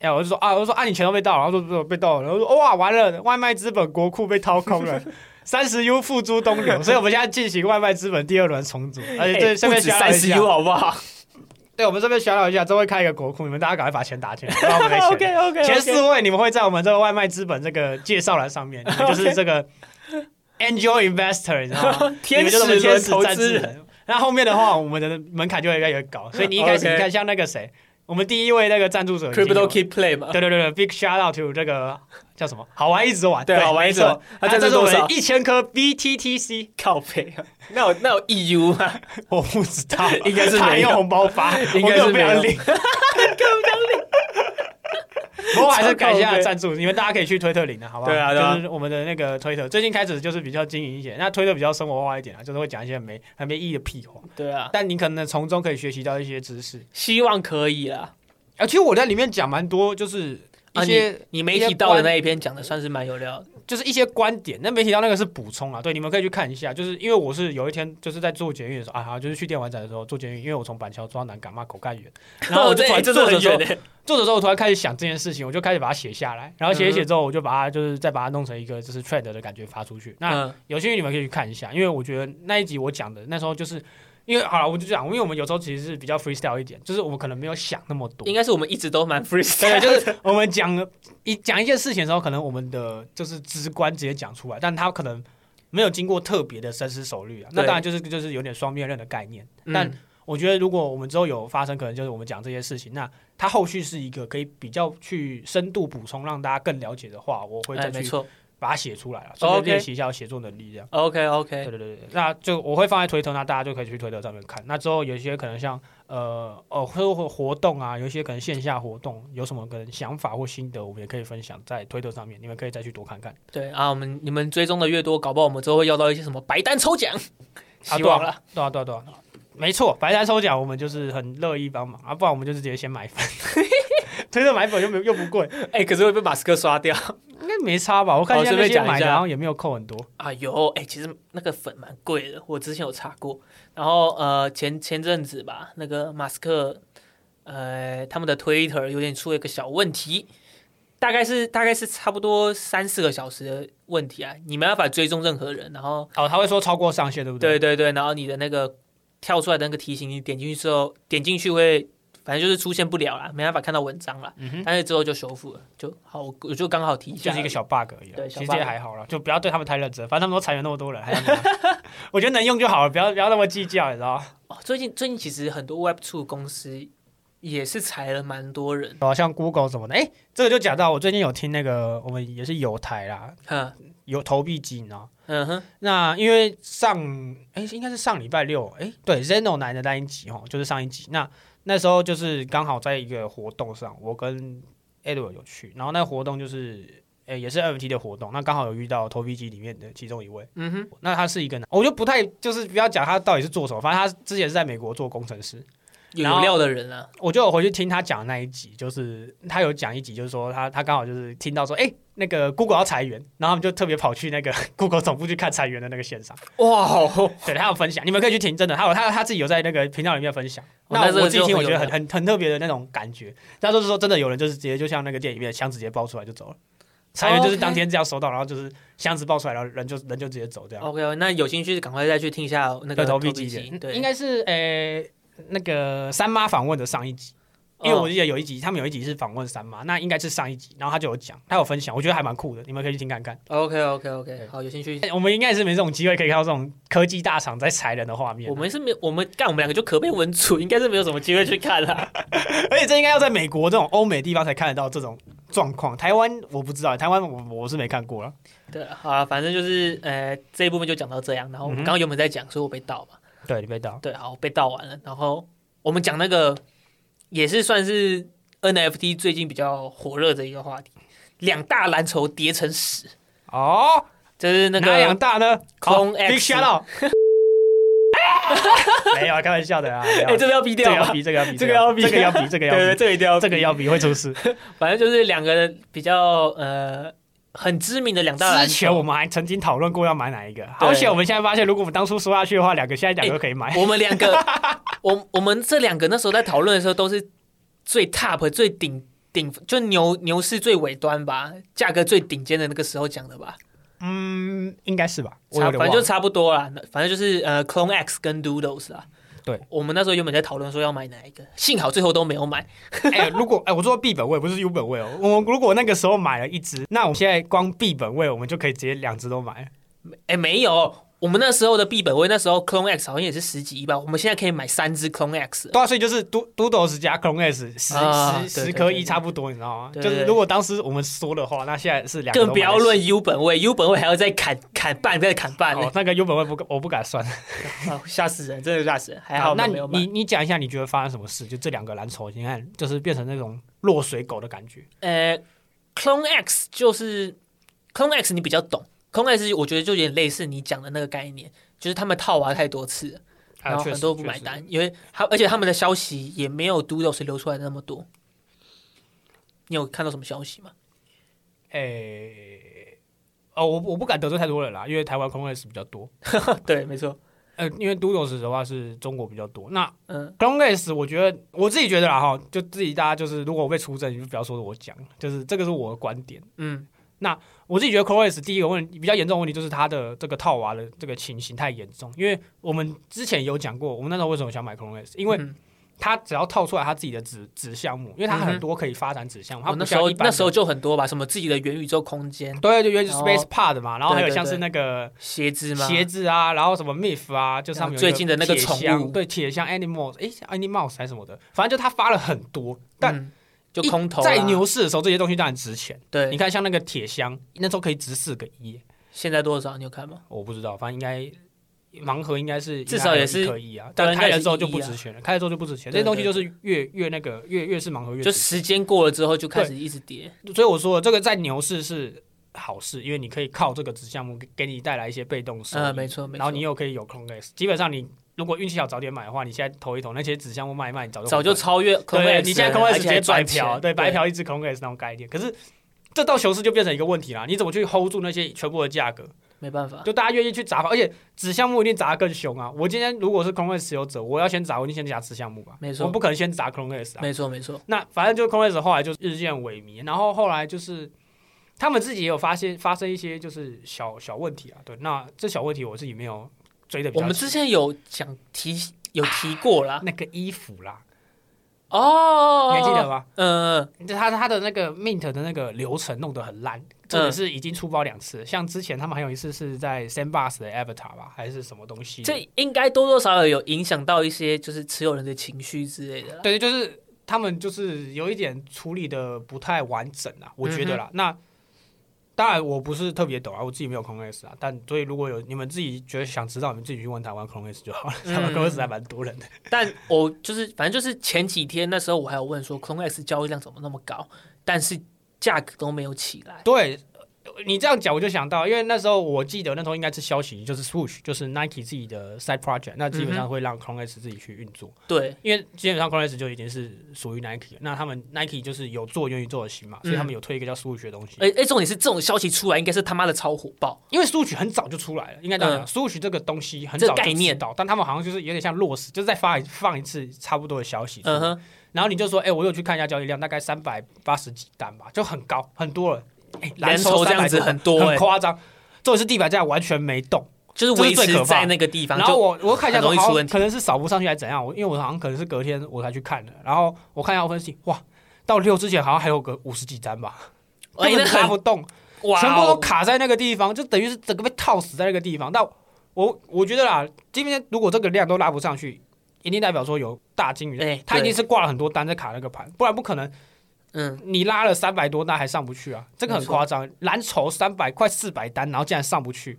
哎、我就说啊，我就说啊，你钱都被盗了，然后说被盗了，然后说哇，完了，外卖资本国库被掏空 了，三十 U 付诸东流，所以我们现在进行外卖资本第二轮重组，而且
哎
这这
不
边
止
小聊
三
一
十
呃下
U，好不好
对，我们这边小聊一下，这会开一个国库，你们大家赶快把钱打进 来，不然我们 没钱。
？OK OK，
前四位你们会在我们这个外卖资本这个介绍栏上面， 你们就是这个 angel investor，你知道吗？
天
你们就是
使
天
轮
使
投
战
资
士
人，
那后面的话，我们的门槛就会越来越高。哦所以你一开始
OK
你看，像那个谁，我们第一位那个赞助者已经有
，Crypto Key Play 嘛，
对对对对，Big shout out to 这个叫什么？好玩一直玩，
对，好玩
没
一种
错。
他
他
赞
赞
助
助我
多少
们？一千颗 BTTC，
靠背啊，那有那有 EU 吗？
我不知道，
应该是没有
他还用红包发，
应该是
我根本不
没有
想领， 根本不想领。不过还是感谢他
超靠
的
背
赞 助，因为大家可以去推特领的，好不好？
对啊对啊
就是我们的那个推特，最近开始就是比较经营一些，那推特比较生活化一点啊，就是会讲一些很没很没意义的屁话，
对啊，
但你可能从中可以学习到一些知识。
希望可以啦。
啊，其实我在里面讲蛮多，就是
啊
一些
你没
一些
提到的
观
那一篇讲的算是蛮有料的，
就是一些观点，那没提到那个是补充啊，对，你们可以去看一下。就是因为我是有一天就是在做捷运的时候啊，好就是去电玩展的时候做捷运，因为我从板桥坐到南港嘛，口干远， 然后我就
对
突然
这
坐
是
着
很
坐
远
着
的，
坐着之后，我突然开始想这件事情，我就开始把它写下来，然后写一
嗯
写之后，我就把它就是再把它弄成一个就是 trend 的感觉发出去。那
嗯
有兴趣你们可以去看一下，因为我觉得那一集我讲的那时候就是。因为好了，我就讲，因为我们有时候其实是比较 freestyle 一点，就是我们可能没有想那么多，
应该是我们一直都蛮 freestyle，
对，就是我们讲一讲一件事情的时候，可能我们的就是直观直接讲出来，但他可能没有经过特别的深思熟虑啊。那
对
当然就是就是有点双面刃的概念。
嗯
但我觉得如果我们之后有发生，可能就是我们讲这些事情，那它后续是一个可以比较去深度补充，让大家更了解的话，我会
哎
再
没
去
错
把它写出来了，
哦
所以
OK
练习一下写作能力这样。
，OK
对
OK，
对对对，那就我会放在推特，那大家就可以去推特上面看。那之后有一些可能像呃哦，或者活动啊，有一些可能线下活动有什么可能想法或心得，我们也可以分享在推特上面，你们可以再去多看看。
对啊，我们你们追踪的越多，搞不好我们之后会要到一些什么白单 抽奖，希望了。
对啊对啊对啊，没错，白单抽奖我们就是很乐意帮忙啊，不然我们就是直接先买粉。 推特买粉又没又不贵，
哎，可是会被马斯克刷掉。
应该没差吧？我看一下
哦
那
顺便
些
讲一
买的，
下
然后也没有扣很多。
啊，有哎、其实那个粉蛮贵的，我之前有查过。然后呃，前前阵子吧，那个马斯克，呃，他们的 Twitter 有点出了一个小问题，大概是大概是差不多三四个小时的问题啊，你没办法追踪任何人。然后
哦，他会说超过上限，对不
对
对？
对对，然后你的那个跳出来的那个提醒，你点进去之后，点进去会反正就是出现不了啦，没办法看到文章啦。
嗯哼
但是之后就修复了，就好，我我就刚好提一下
就
而已，
是一个小 bug 而已啦。
对小
其实也
bug
还好啦，就不要对他们太认真，反正他们都裁员那么多人，还要你们 我觉得能用就好了，不要不要那么计较，你知道吗？
哦，最近最近其实很多 Web Two 公司也是裁了蛮多人，
好啊像 Google 什么的，哎、这个就讲到我最近有听那个，我们也是有台啦，
哈，
有投币机，你知道吗。
嗯哼，
那因为上哎、应该是上礼拜六，哎、对，Zeno 男的那一集哦，就是上一集。那那时候就是刚好在一个活动上，我跟 Edward 有去，然后那个活动就是。哎，也是 NFT 的活动，那刚好有遇到投币机里面的其中一位，
嗯哼，
那他是一个男，我就不太就是不要讲他到底是做什么，反正他之前是在美国做工程师，
有
然后
有料的人啊，
我就有回去听他讲的那一集，就是他有讲一集，就是说他他刚好就是听到说，哎、那个 Google 要裁员，然后他们就特别跑去那个 Google 总部去看裁员的那个现场，
哇，
对他有分享，你们可以去听，真的，他有他他自己有在那个频道里面分享。
哦那
那
这个
我自己
就
听，我
很
觉
有
得很
料
很很特别的那种感觉。他就是说，真的有人就是直接就像那个店里面箱子直接爆出来就走了，裁员就是当
OK
天这样收到，然后就是箱子爆出来，然后人就人就直接走这样。
，OK，那有兴趣赶快再去听一下那个
对投币
机
机
机，
的，
对，
应该是呃那个三妈访问的上一集，因
哦
为我记得有一集，他们有一集是访问三妈，那应该是上一集，然后他就有讲，他有分享，我觉得还蛮酷的，你们可以去听看看。
OK OK OK，
对
好，有兴趣，
哎我们应该是没这种机会可以看到这种科技大厂在裁人的画面啊
我，们是没有，我们干我们两个就可被文组，应该是没有什么机会去看啦。
而且这应该要在美国这种欧美地方才看得到这种状况，台湾我不知道，台湾我我是没看过了。
对，好啦，反正就是呃这一部分就讲到这样，然后我们
嗯哼
刚刚原本在讲，所以我被盗嘛，
对，你被盗，
对，好，被盗完了，然后我们讲那个也是算是 NFT 最近比较火热的一个话题，两大蓝筹叠成屎，
哦，
就是那
哪两
个
大呢好
Clone X
Big Shout Out。没有啊，开玩笑的啊！没有啊
哎、这个要逼
这个
掉
要
吧？
比，这个要比，
这个要比
这个要比，这个
对
要
对，
比，
这个一定要逼
这个要比会出事。
反正就是两个比较呃很知名的两大篮
之前
球，
我们还曾经讨论过要买哪一个，好险我们现在发现，如果我们当初说下去的话，两个现在两个都可以买。
我们两个， 我我们这两个那时候在讨论的时候都是最 top 最顶顶，就牛牛市最尾端吧，价格最顶尖的那个时候讲的吧，
嗯，应该是吧？我
差
有点
反
忘
正就
了。
差不多啦，反正就是呃 Clone X 跟 Doodles 啦。
对，
我们那时候原本在讨论说要买哪一个，幸好最后都没有买。
哎，如果哎，我说 B 本位不是 U 本位哦。我们如果那个时候买了一只，那我们现在光 B 本位，我们就可以直接两只都买了。
哎，没有，我们那时候的币本位，那时候 Clone X 好像也是十几亿吧，我们现在可以买三只 Clone X
对啊，所以就是嘟嘟豆是加 Clone S 十
啊
十
对
十
对
颗
对
一差不多，你知道吗？
对
就
对
是
对
如果当时我们说的话，那现在是两个都
更不要
买得起
论 U 本位，U 本位还要再砍砍半，再砍半，
哦，那个优本位不敢我不敢算。
啊吓死人，真的吓死人。还
好，
好
那
我没
你
有买
你。你讲一下，你觉得发生什么事？就这两个蓝筹，你看就是变成那种落水狗的感觉。
呃，Clone X 就是 Clone X，你比较懂。Clone X 我觉得就有点类似你讲的那个概念，就是他们套娃太多次了，
啊
然后
确
很
实
多不
确
买
实
单，因为他而且他们的消息也没有 d o o d l e 流出来的那么多。你有看到什么消息 吗？
诶、哦，我我不敢得罪太多人啦，因为台湾 Clone 比较多。
对，没错，
呃，因为 Doodles 的话是中国比较多。那
嗯，
Clone 我觉得我自己觉得啦哈，就自己大家就是如果我被出征，你就不要说我讲，就是这个是我的观点。
嗯，
我自己觉得 Clone 第一个问比较严重的问题就是它的这个套娃的这个情形太严重，因为我们之前有讲过，我们那时候为什么想买 Clone 因为
嗯
他只要套出来他自己的子子项目，因为他很多可以发展子项目。他
我
不
哦那时
像
候
一般
那
的
时候就很多吧，什么自己的元宇宙空间、
对对，原始
然后
Space Pod 嘛，然后还有
对对
像是
对
那个
鞋子吗？
鞋子啊，然后什么 Myth 啊，就是他们有一
最近的那个
铁
宠
箱
物
对铁箱 Animals，诶 Animals 还是什么的，反正就他发了很多，但
嗯就空投啦
在牛市的时候这些东西当然值钱。
对，
你看像那个铁箱，那时候可以值四个一，
现在多少？你有看吗？
我不知道，反正应该盲盒应该是
至少也是
可以啊，
对
但
应
开
该
了
是
之后就
一
不
啊
值钱了，开了之后就不值钱，这
对
些东西就
对
是越越那个越越是盲盒越
就
值
时间过了之后就开始一直跌，嗯
所以我说这个在牛市是好事，因为你可以靠这个子项目给给你带来一些被动收益，
嗯，没错没错。
然后你又可以有空 o 基本上你如果运气好早点买的话，你现在投一投那些子项目卖一卖，你早就
早就
赚
超越 c o
对，你现在空 o 直接白
白
嫖，对，白。嫖一只空 o 那种概念，可是。这到熊市就变成一个问题啦，你怎么去 hold 住那些全部的价格？
没办法，
就大家愿意去砸法，而且子项目一定砸得更凶啊！我今天如果是空 o 持有者，我要先砸，我一定先砸子项目吧，
没错
我不可能先砸空 o 啊，
没错没错，
那反正就 Coinbase 后来就是日渐萎靡，然后后来就是他们自己也有发现发生一些就是小小问题啊。对，那这小问题我自己没有追的比
我
较
们之前有讲提有提过啦，
那个衣服啦， 你
哦，
还记得？吗？
嗯嗯，
就他他的那个 Mint 的那个流程弄得很烂，重点是已经出包两次，像之前他们还有一次是在 Sandbox 的 Avatar 吧，还是什么东西？
这应该多多少少有影响到一些就是持有人的情绪之类的啦。
对，就是他们就是有一点处理的不太完整啊，我觉
嗯
得啦。那当然我不是特别懂啊，我自己没有 Clone S 啊，但所以如果有你们自己觉得想知道，你们自己去问台湾 Clone S 就好了。台湾 Clone
嗯
S 还蛮多人的，
但我就是反正就是前几天那时候我还有问说 c o n X 交易量怎么那么高，但是价格都没有起来。
对。你这样讲我就想到，因为那时候我记得那时候应该是消息，就是 Swoosh，就是 Nike 自己的 side project，那基本
嗯
上会让 Clone S 自己去运作，
对，
因为基本上 Clone S 就已经是属于 Nike，了那他们 Nike 就是有做元宇宙的心嘛，所
嗯
以他们有推一个叫 Swoosh 的东西。
哎哎，重点是这种消息出来应该是他妈的超火爆。
因为 Switch 很早就出来了，应该这样讲
嗯
，Switch 这个东西很早就
这概念
知道，但他们好像就是有点像落实，就是再发一放一次差不多的消息出来
嗯哼，
然后你就说，哎、我有去看一下交易量，大概三百八十几单吧，就很高，很多了。哎、蓝
蓝筹这样子
300
很多
很
哎
夸张。这种是地板价完全没动，
就是维持在那个地方。
然后
就
我我看一下说，
很容易出
好像
问题
可能是扫不上去还是怎样，我因为我好像可能是隔天我才去看的，然后我看一下我分析，哇，到六之前好像还有个五十几单吧，
哎
根本
那
拉
很
不动。
哇哦，
全部都卡在那个地方，就等于是整个被套死在那个地方。但我我觉得啦，今天如果这个量都拉不上去，一定代表说有大金鱼，
哎
他一
对
定是挂了很多单在卡那个盘，不然不可能
嗯，
你拉了三百多单还上不去啊，这个很
没错
夸张。蓝筹三百快四百单，然后竟然上不去。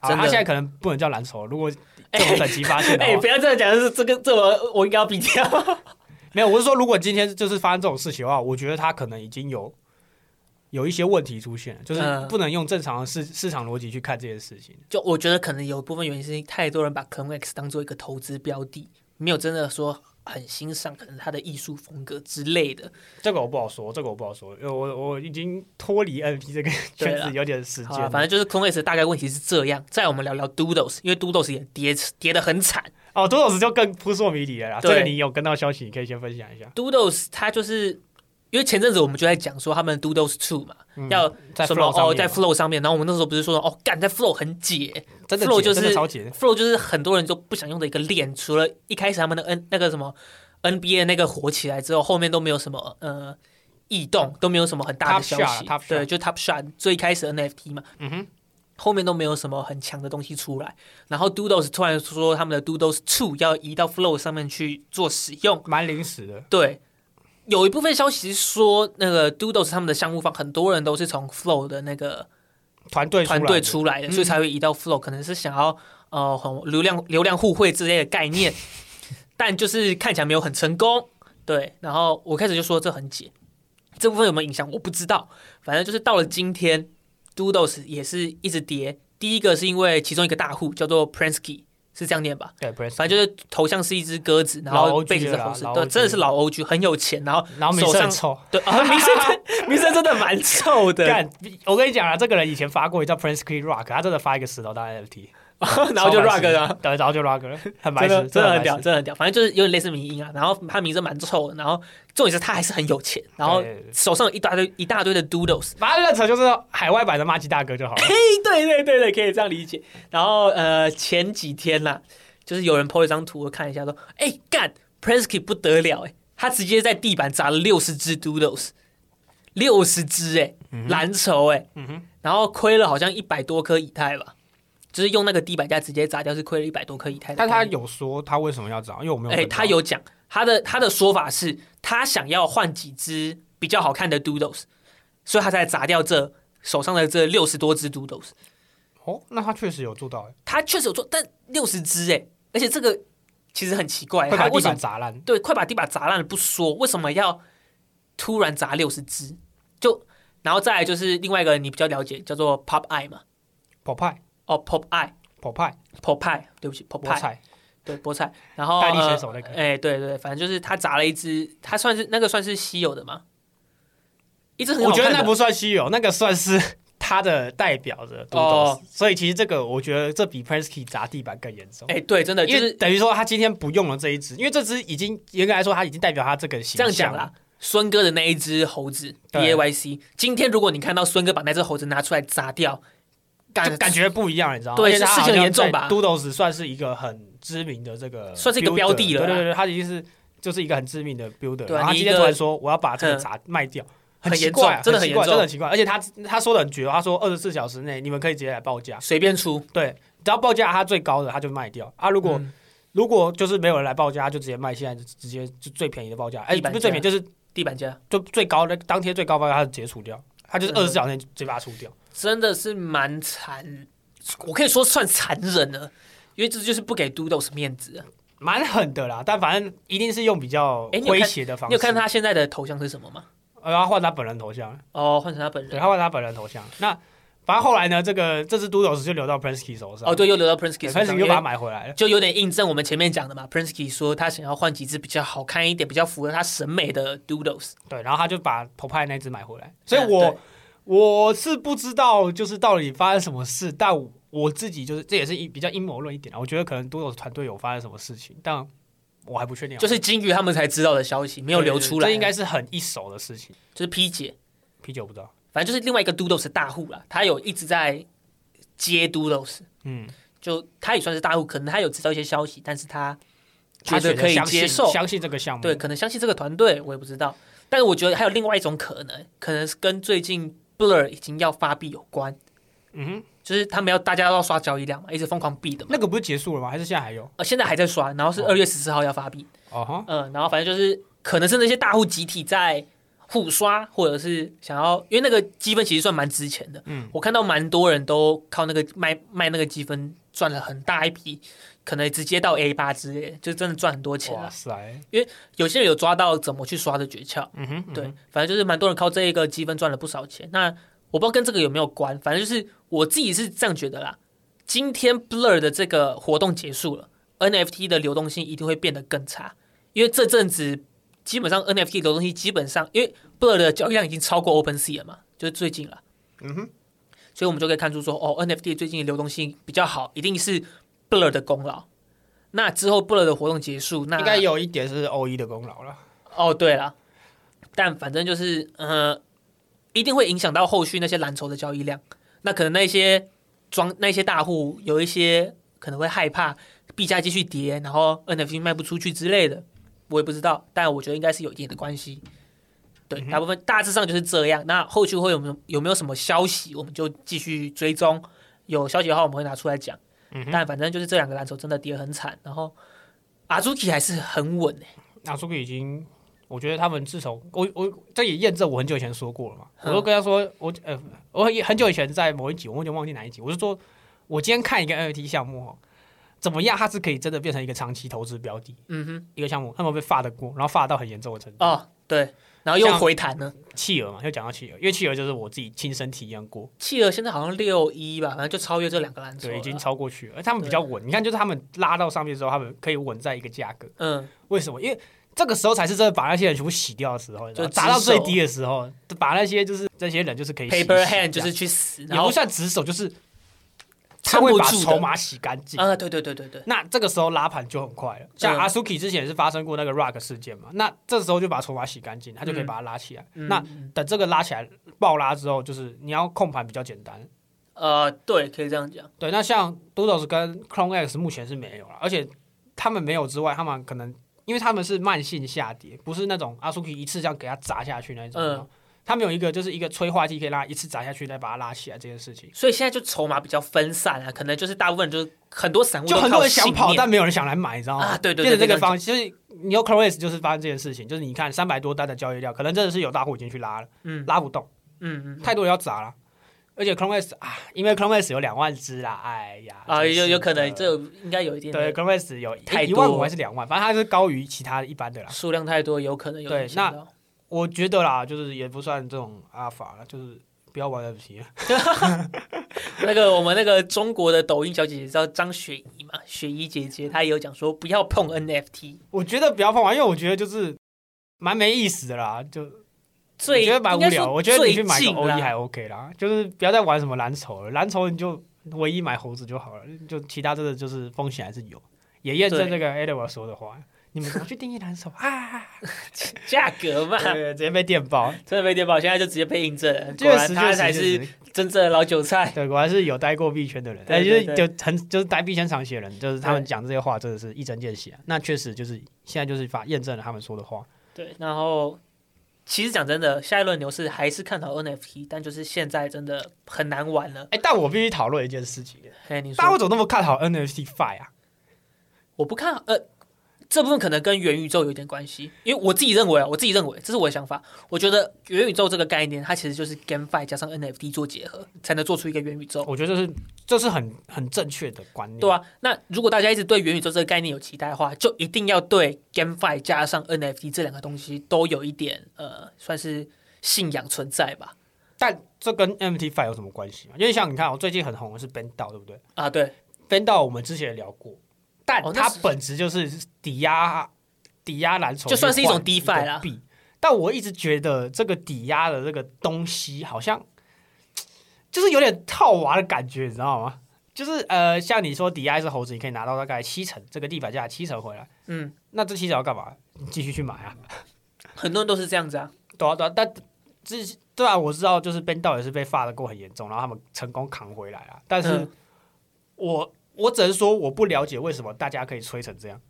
好，
真的
他现在可能不能叫蓝筹，如果这种等级发现的话，
哎，不要这样讲，就是这个这我我应该要比掉。
没有，我是说，如果今天就是发生这种事情的话，我觉得他可能已经有有一些问题出现了，就是
嗯
不能用正常的市市场逻辑去看这件事情。
就我觉得可能有部分原因是太多人把 c o n X 当做一个投资标的，没有真的说很欣赏可能他的艺术风格之类的。
这个我不好说，这个我不好说，因为我我已经脱离 NP 这个圈
对啦
子有点时
好
间
啊
了。
反正就是 c o n X 大概问题是这样。再我们聊聊 Doodles，因为 Doodles 也跌跌得很惨。
哦，多老师就更扑朔迷离了啦。这
对
个你有跟到消息，你可以先分享一下。
Doodles 它就是因为前阵子我们就在讲说他们 Doodles Two 嘛，要
嗯在
什么
flow 上
哦
面
在
嘛
Flow 上面，然后我们那时候不是说哦干在 Flow 很解，
真的
flow
解
就
真的
是
超解
Flow 就是很多人都不想用的一个链，除了一开始他们的 N 那个什么 NBA 那个火起来之后，后面都没有什么呃异动，都没有什么很大的
Top
消
shot，
息。
top shot
对，就 Top Shot 最一开始 NFT 嘛。嗯哼。后面都没有什么很强的东西出来。然后 Doodles 突然说他们的 Doodles Two 要移到 Flow 上面去做使用，
蛮临时的。
对。有一部分消息说，那个 Doodles 他们的项目方很多人都是从 Flow 的那个
团队
团队
出嗯
出来的，所以才会移到 Flow，可能是想要呃很流量流量互惠之类的 概念，但就是看起来没有很成功。对，然后我开始就说这很解，这部分有没有影响我不知道，反正就是到了今天，Doodles 也是一直跌。第一个是因为其中一个大户叫做 Prensky，是这样念吧？
来的对，Press，
反正就是头像是一只鸽子，然
老
后
OG
背景是
了啦
红色
老，
对，
OG
真的是老 O G，很有钱，然后
然后名
手
声很
上
臭，
对，啊，名声真名声真的蛮臭的，
干，我跟你讲啊，这个人以前发过一叫 Prince Key Rock，他真的发一个石头当 NFT，
然后就
超白痴
rug 了。
对，然后就 Rock 了，很白
真
痴，
的真的很
白痴
屌，。真的很屌。反正就是有点类似迷音啊。然后他名声蛮臭的，然后重点是他还是很有钱，然后
对对对
手上有一大堆一大堆的 doodles。
反正认成就是海外版的马吉大哥就好了。
对对对对，可以这样理解。然后呃，前几天啦，就是有人 po 了一张图，我看一下说，哎、干 p r e s k y 不得了哎、他直接在地板砸了六十只 doodles，六十只哎，蓝筹哎、
嗯哼，
然后亏了好像一百多颗以太吧，就是用那个地板价直接砸掉，是亏了一百多颗以太的概
但
念。
他有说他为什么要找，因为我没有
哎、
分到。
他有讲他的他的说法是，他想要换几只比较好看的 Doodles，所以他才砸掉这手上的这六十多只 Doodles。
哦，那他确实有做到，哎
他确实有做，但六十只哎，而且这个其实很奇怪，
会把
他为
地
什
板
么
砸烂。
对快把地板砸烂了不说，为什么要突然砸六十只？就然后再来就是另外一个你比较了解，叫做 Pop Eye 嘛，
跑派，
哦 Pop Eye。
跑派，
Pop Eye，对不起，Pop
菠
Eye，
菜，
对菠菜，然后
大力
呃
选手那个
哎、对对，反正就是他砸了一只，他算是那个算是稀有的吗？一只很好
我觉得
看
那
的
不算稀有，那个算是 他的代表的 d o
哦
所以其实这个我觉得这比 Prensky 砸地板更严重。
哎、对，真的就
因为
是
等于说他今天不用了这一只，因为这只已经严格来说他已经代表他这个形
这
象
样讲啦。孙哥的那一只猴子
对
DAYC，今天如果你看到孙哥把那只猴子拿出来砸掉，
就
感
感觉不一样，你知道吗？
对事情很严重吧
d o o d l e s 算是一个很知名的这个，
算是一个标的了啦
对对对，他已经是就是一个很知名的 builder，
对啊
然后他
你一
今
个嗯
天突然说我要把这个砸卖掉，
很
奇
严
怪，
重真的很
奇怪，
严重
真的很奇怪。而且他他说的很绝哦，他说二十四小时内你们可以直接来报价，
随便出。
对，只要报价他最高的他就卖掉啊。如果
嗯
如果就是没有人来报价，他就直接卖，现在就直接就最便宜的报价，哎，
地板
不是最
价
便宜，就是
地板价
就最高的当天最高报价他就直接出掉，他就是
嗯
二十四小时内直接把它出掉。
真的是蛮残，我可以说算残忍了，因为这就是不给 Doodles 面子啊。
蛮狠的啦，但反正一定是用比较
哎诶你有看
诙谐的方
你
式。
有看他现在的头像是什么吗？
呃，然后换他本人头像，
哦，换成他本
对，
人。
他换他本人头像。那反正后来呢，这个这只都斗士就流到 Prensky 手上，
哦，对，又留到 Prinsky 身上，
，Prensky
因
啊又把它
为
买回来了。
就有点印证我们前面讲的嘛。Prinsky 说他想要换几只比较好看一点、比较符合他审美的 Doodles。
对，然后他就把 p o p e 那只买回来。所以
嗯
我、
对
我是不知道就是到底发生什么事，但我我自己就是这也是一比较阴谋论一点啊。我觉得可能都斗士团队有发生什么事情，但我还不确定啊。
就是金鱼他们才知道的消息，没
没
有流出来。
这应该是很一手的事情。
就是 P 姐，
啤酒不知道，
反正就是另外一个 Doodles 大户啦，他有一直在接 Doodles，
嗯，
就他也算是大户，可能他有知道一些消息，但是他觉
他
得
选择
可以
相信
接受，
相信这个项目，
对，可能相信这个团队，我也不知道。但是我觉得还有另外一种可能，可能是跟最近 Blur 已经要发币有关，
嗯哼。
就是他们要大家要刷交易量嘛，一直疯狂币的嘛。
那个不是结束了吗？还是现在还有？
呃，现在还在刷，然后是
哦
二月十四号要发币，
哦哈，
嗯，然后反正就是可能是那些大户集体在互刷，或者是想要，因为那个积分其实算蛮值钱的。
嗯，
我看到蛮多人都靠那个卖卖那个积分赚了很大一笔，可能直接到 A 八之类，就真的赚很多钱
哇
了。
塞，
有些人有抓到怎么去刷的诀窍，
嗯哼，嗯
对，反正就是蛮多人靠这一个积分赚了不少钱。那我不知道跟这个有没有关，反正就是我自己是这样觉得啦。今天 Blur 的这个活动结束了，NFT 的流动性一定会变得更差，因为这阵子基本上 NFT 流动性基本上，因为 Blur 的交易量已经超过 OpenSea 了嘛，就是最近了。
嗯哼，
所以我们就可以看出说，哦，NFT 最近的流动性比较好，一定是 Blur 的功劳。那之后 Blur 的活动结束，那
应该有一点是 O E 的功劳了。
哦，对了，但反正就是呃，一定会影响到后续那些蓝筹的交易量。那可能那些庄那些大户有一些可能会害怕币价继续跌，然后 NFT 卖不出去之类的，我也不知道，但我觉得应该是有一定的关系。对，大部分大致上就是这样。那后续会有没有有没有什么消息，我们就继续追踪。有消息的话，我们会拿出来讲。
嗯哼，
但反正就是这两个蓝筹真的跌很惨，然后阿朱奇还是很稳欸
那苏克已经，我觉得他们自从我我这也验证我很久以前说过了嘛，我都跟他说我呃我很很久以前在某一集，我有点忘记哪一集，我就说我今天看一个 NFT 项目哦，怎么样它是可以真的变成一个长期投资标的
嗯哼，
一个项目，他们被发的过，然后发到很严重的程度。
哦，对，然后又
像
回弹了。
企鹅嘛，又讲到企鹅，因为企鹅就是我自己亲身体验过，
企鹅现在好像六一吧，反正就超越这两个蓝筹了。
对，已经超过去了，而他们比较稳。你看，就是他们拉到上面之后，他们可以稳在一个价格，
嗯，
为什么？因为这个时候才是真的把那些人全部洗掉的时候，你知道吗
就
砸到
只手
最低的时候，把那些就是这些人就是可以洗
paper
洗
hand 就
掉
是去死，
也
然后
不算值守，就是他
撑
会
不
把
住的
筹码洗干净。
啊，对对对对对，
那这个时候拉盘就很快了，像
嗯
阿苏 k 之前也是发生过那个 Rock 事件嘛，那这时候就把筹码洗干净，他就可以
嗯
把它拉起来。
嗯
那
嗯
等这个拉起来爆拉之后，就是你要控盘比较简单。
呃，对，可以这样讲，
对，那像 Doodles 跟 Clone X 目前是没有了，而且他们没有之外，他们可能因为他们是慢性下跌，不是那种阿苏 k 一次这样给它砸下去那种。哦
嗯
他们有一个就是一个催化剂，可以拉一次砸下去，再把它拉起来这件事情。
所以现在就筹码比较分散啊，可能就是大部分就是很多散户
就
都
很多
靠
人想
信
跑，
念
但没有人想来买，你知道吗？
啊对对对
变成这
对
个方，就是你有 Close 就是发生这件事情，就是你看三百多单的交易量，可能真的是有大户已经去拉了，
嗯
拉不动，
嗯嗯，
太多人要砸了。而且 Close 啊，因为 Close 有两万只啦，哎呀，
啊，
真是
有有可能
的
这有应该有一点
对
点
Close 有
太
一万
多
五还是两万，反正它是高于其他一般的啦。
数量太多，有可能有
对
影响到。
我觉得啦，就是也不算这种阿法了，就是不啊要玩 NFT 了。
那个我们那个中国的抖音小姐姐叫张雪怡嘛，雪怡姐姐她也有讲说不要碰 NFT，
我觉得不要碰玩，因为我觉得就是蛮没意思的啦，就
最
我觉得蛮无聊。我觉得你去买个
欧
欧一还 OK 啦，就是不要再玩什么蓝筹了，蓝筹你就唯一买猴子就好了，就其他真的就是风险还是有。也验证这
对
个 Edward 说的话，你们怎么去定义蓝筹 啊？
价格嘛，
对，直接被电爆，
真的没点宝，现在就直接被印证了，果
确
然
实
她
确
才
实
是
确实
真正的老韭菜。
对，果然是有待过币圈的人，
对
哎，就
对
是就很就是待币圈长期的人，就是他们
对
讲这些话真的是一针见血啊。那确实就是现在就是法验证了他们说的话，
对，然后其实讲真的，下一轮牛市还是看好 NFT，但就是现在真的很难玩了。
哎，但我必须讨论一件事情，
嘿，你
大家
说
为什么那么看好 NFT Five 啊？
我不看好呃。这部分可能跟元宇宙有一点关系，因为我自己认为啊，我自己认为这是我的想法。我觉得元宇宙这个概念，它其实就是 GameFi 加上 NFT 做结合，才能做出一个元宇宙，
我觉得这是这是很很正确的观念。
对啊，那如果大家一直对元宇宙这个概念有期待的话，就一定要对 GameFi 加上 NFT 这两个东西都有一点呃，算是信仰存在吧。
但这跟 MT Five 有什么关系吗？因为像你看哦，我最近很红的是 Ben 道，对不对
啊，对，
？Ben 道我们之前也聊过，但
哦那
它
是
本质就是抵押抵押蓝筹，
就算是一种啊 DeFi 啦
啦。币，但我一直觉得这个抵押的这个东西好像就是有点套娃的感觉，你知道吗？就是呃，像你说抵押一只猴子，你可以拿到大概七成这个地板价的七成回来，
嗯，
那这七成要干嘛？你继续去买啊？
很多人都是这样子啊。
对啊，对啊，但之对啊，我知道，就是 Ben 道也是被发的过很严重，然后他们成功扛回来了。但是
嗯
我、我只能说，我不了解为什么大家可以吹成这样，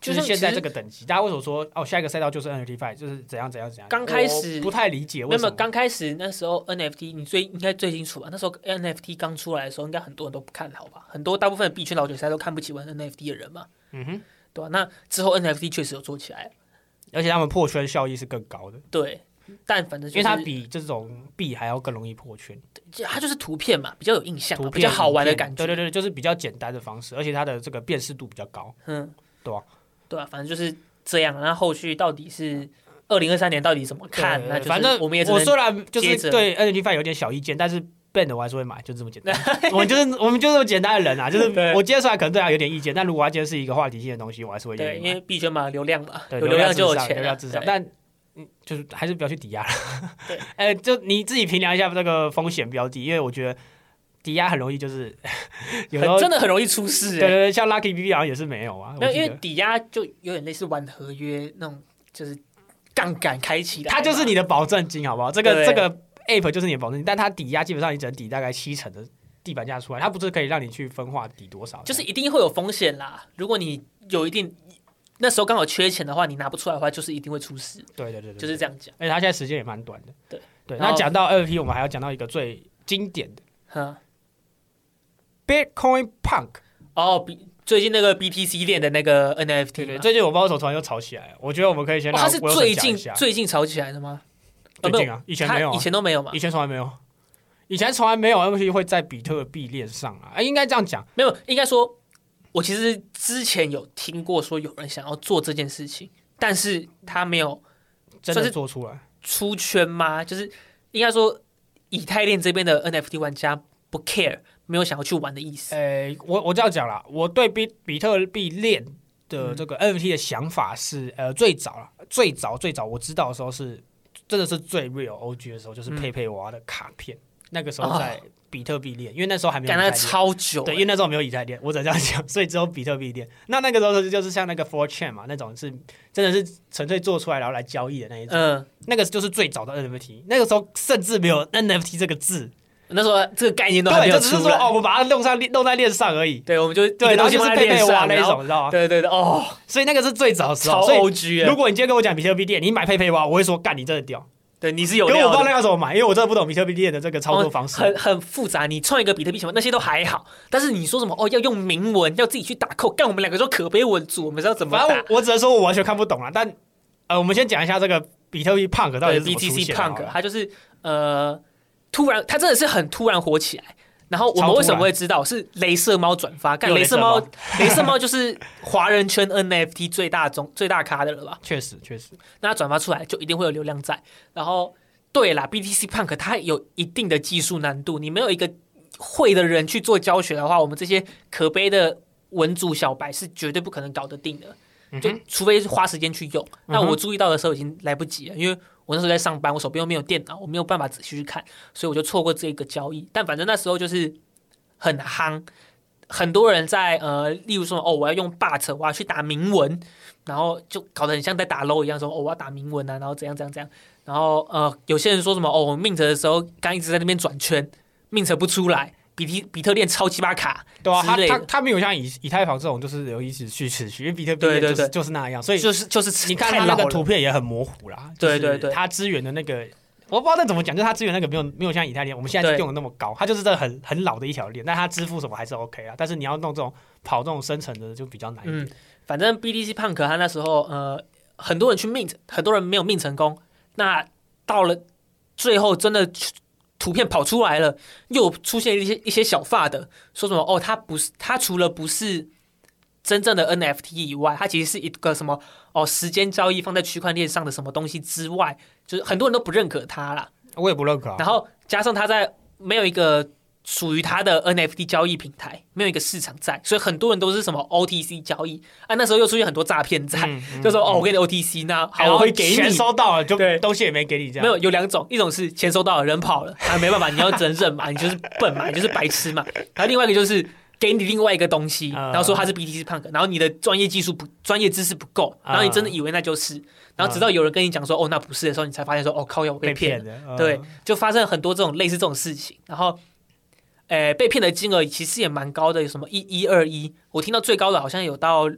就
就
像
是现在
其
这
实
个等级，大家为什么说哦，下一个赛道就是 NFT Five，就是怎样怎样怎样？
刚开始
我不太理解
那
为什
么
么。
刚开始那时候 NFT，你最应该最清楚吧？那时候 NFT 刚出来的时候，应该很多人都不看好吧？很多大部分的币圈老韭菜都看不起玩 NFT 的人嘛，
嗯哼，
对吧、那之后 NFT 确实有做起来，
而且他们破圈效益是更高的，
对。但反正就
因
是
为它比这种币还要更容易破圈，
它就是图片嘛，比较有印象嘛，
图
比
片
较好玩的
影片
感觉。
对对对，就是比较简单的方式，而且它的这个辨识度比较高。
嗯，
对啊
对啊，反正就是这样。那后续到底是二零二三年到底怎么看？
对
那就是
反正
我们也只
我
能
虽然就
接着
是对 NFT Five 有点小意见，但是 Ben 的我还是会买，就这么简单。 我们就是我们就是这么简单的人啊，就是
对
我接出来可能对他有点意见，但如果他今天是一个话题性的东西，我还是会
对，
愿
因
意买。
为币圈嘛，流量嘛，
对，
有量
至
就有
上
钱
流
啊，
量至上，
对
但。嗯就是还是不要去抵押了。
对，
哎、就你自己评量一下这个风险标的，因为我觉得抵押很容易就是 有时候
很真的很容易出事、欸。
对对对，像 Lucky BB 好像也是没有啊，
没有，
我记
因
得
为抵押就有点类似玩合约那种，就是杠杆开启的，
它就是你的保证金，好不好？这个
对
这个 app 就是你的保证金，但它抵押基本上你只能抵大概七成的地板价出来，它不是可以让你去分化抵多少的，
就是一定会有风险啦。如果你有一定那时候刚好缺钱的话，你拿不出来的话，就是一定会出事，
对对对对，
就是
样。
这样讲。
而且它现在时间也蛮短的，
对
对。
然
那
后
讲到 NFT，我们还要讲到一个最经典的
哈，
Bitcoin Punk。
哦，比最近那个 BTC 链的那个 NFT，
对对，
嘛
最近我不知道为什么突然又吵起来了，我觉得我们可以先
哦
拿
它是
Wilson
最
讲
近
一下
最近炒起来的吗？
最
没
近
有
啊，以前没有
它
啊
以，前都没有嘛
以，前从来没有，以前从来没有 NFT 会在比特币链上啊，哎应该这样讲，
没有，应该说，我其实之前有听过说有人想要做这件事情，但是他没有
真
算
的
是
做出来，
出圈吗？就是应该说，以太链这边的 NFT 玩家不 care，没有想要去玩的意思。
诶，呃我我这样讲啦，我对比比特币链
嗯
的这个 NFT 的想法是，呃，最早啦，最早最早我知道的时候是，真的是最 real OG 的时候，就是
嗯啊
佩佩娃的卡片，那个时候在比特币链，因为那时候还没有
干
以太
那个
链
超久欸，
对，因为那时候没有以太链，我只能这样讲，所以只有比特币链。那那个时候就是像那个 Four Chain 嘛，那种是真的是纯粹做出来然后来交易的那一种，
嗯，
那个就是最早的 NFT。那个时候甚至没有 NFT 这个字，
那时候这个概念都还没
对，
有
就只是
出
说
来
哦，。我把它弄上链弄在链上而已。
对，我们就
对，
一个
然后
东西
就是
放在
佩
链
佩娃
上，
那一
然
种，
后
你知道吗？
对对对，哦，
所以那个是最早的时
超
候。所以
OG
如
欸。
果你今天跟我讲比特币链，你买佩佩娃，我会说干你真的屌，
对，你是有
因为我
料
不知道那
的。
要怎么买，因为我真的不懂比特币链的这个操作方式。
哦很很复杂，你创一个比特币钱包那些都还好，但是你说什么哦，要用明文，要自己去打扣，干我们两个就可悲稳住，我们知道怎么
反
打
正。我我只能说我完全看不懂了。但呃，我们先讲一下这个比特币 Punk 到底
对
是怎么出
BTC
现的啊好
Punk，
了。
它就是呃，突然，它真的是很突然火起来。然后我们为什么会知道是镭射猫转发？干
又
镭
雷
射
射
猫
猫，
镭射猫就是华人圈 NFT 最大中最大咖的了吧？
确实，确实，
那它转发出来就一定会有流量在。然后对啦，BTC Punk 它有一定的技术难度，你没有一个会的人去做教学的话，我们这些可悲的文组小白是绝对不可能搞得定的。就除非是花时间去用。那我注意到的时候已经来不及了，因为我那时候在上班，我手边又没有电脑，我没有办法仔细去看，所以我就错过这个交易。但反正那时候就是很夯，很多人在呃，例如说哦，我要用 but，我要去打铭文，然后就搞得很像在打 low 一样，说哦，我要打铭文啊，然后怎样怎样怎样。然后呃，有些人说什么哦，我命着的时候刚一直在那边转圈，命着不出来。比特比特链超级巴卡，
对啊，他
之类的
他他没有像以以太坊这种就是有一直去持续，因为比特币
对对
就是
对
就是那样，所以
就是就是
你看
太
他那
老
个
了
图片也很模糊啦。
对
就是
对对
他支援的那个。我不知道那怎么讲，就是他支援那个没有没有像以太链，我们现在
对
用的那么高，它就是这很很老的一条链，但它支付什么还是 OK 啊。但是你要弄这种跑这种深层的就比较难一点。
嗯，反正 BTC Punk 他那时候呃，很多人去命，很多人没有命成功。那到了最后，真的图片跑出来了，又出现一些一些小发的，说什么哦，他不是他除了不是真正的 NFT 以外，它其实是一个什么哦，时间交易放在区块链上的什么东西之外，就是很多人都不认可它啦。
我也不认可啊。
然后加上它在没有一个属于它的 NFT 交易平台，没有一个市场在，所以很多人都是什么 OTC 交易啊。那时候又出现很多诈骗在，
嗯嗯
就说哦，我给你 OTC，那
然
好，
后
我会给你
钱。收到了就
对
东西也没给你这样。
没有，有两种，一种是钱收到了，人跑了，啊，没办法，你要只能认嘛，你就是笨嘛，你就是白痴嘛。然后另外一个就是给你另外一个东西，
嗯
然后说它是 BTC Punk，然后你的专业技术不专业知识不够，然后你真
啊
的以为那就是，然后直到有人跟你讲说哦那不是的时候，你才发现说哦靠，要我被
被
骗了
骗。的，嗯
对，就发生很多这种类似这种事情，然后，呃，被骗的金额其实也蛮高的，有什么一一二一，我听到最高的好像有到，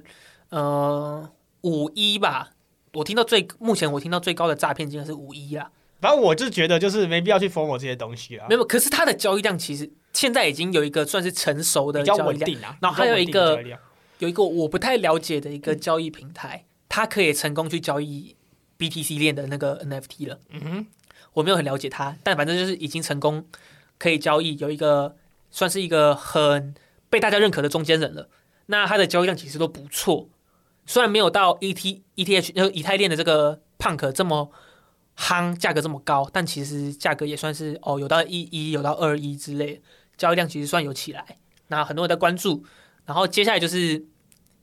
呃，五一吧，我听到最目前我听到最高的诈骗金额是五一啊，
反正我就觉得就是没必要去 follow 这些东西啦
没，有，可是它的交易量其实现在已经有一个算是成熟的
比较
交
稳
易量，
定啊。
然后还有一个
比较稳定的交易量
有一个我不太了解的一个
嗯
交易平台，它可以成功去交易 BTC 链的那个 NFT 了。嗯
哼，
我没有很了解它，但反正就是已经成功可以交易，有一个算是一个很被大家认可的中间人了。那它的交易量其实都不错，虽然没有到 E ET ETH 呃以太链的这个 Punk 这么夯，价格这么高，但其实价格也算是哦有到一一有到二一之类的，交易量其实算有起来。那很多人在关注，然后接下来就是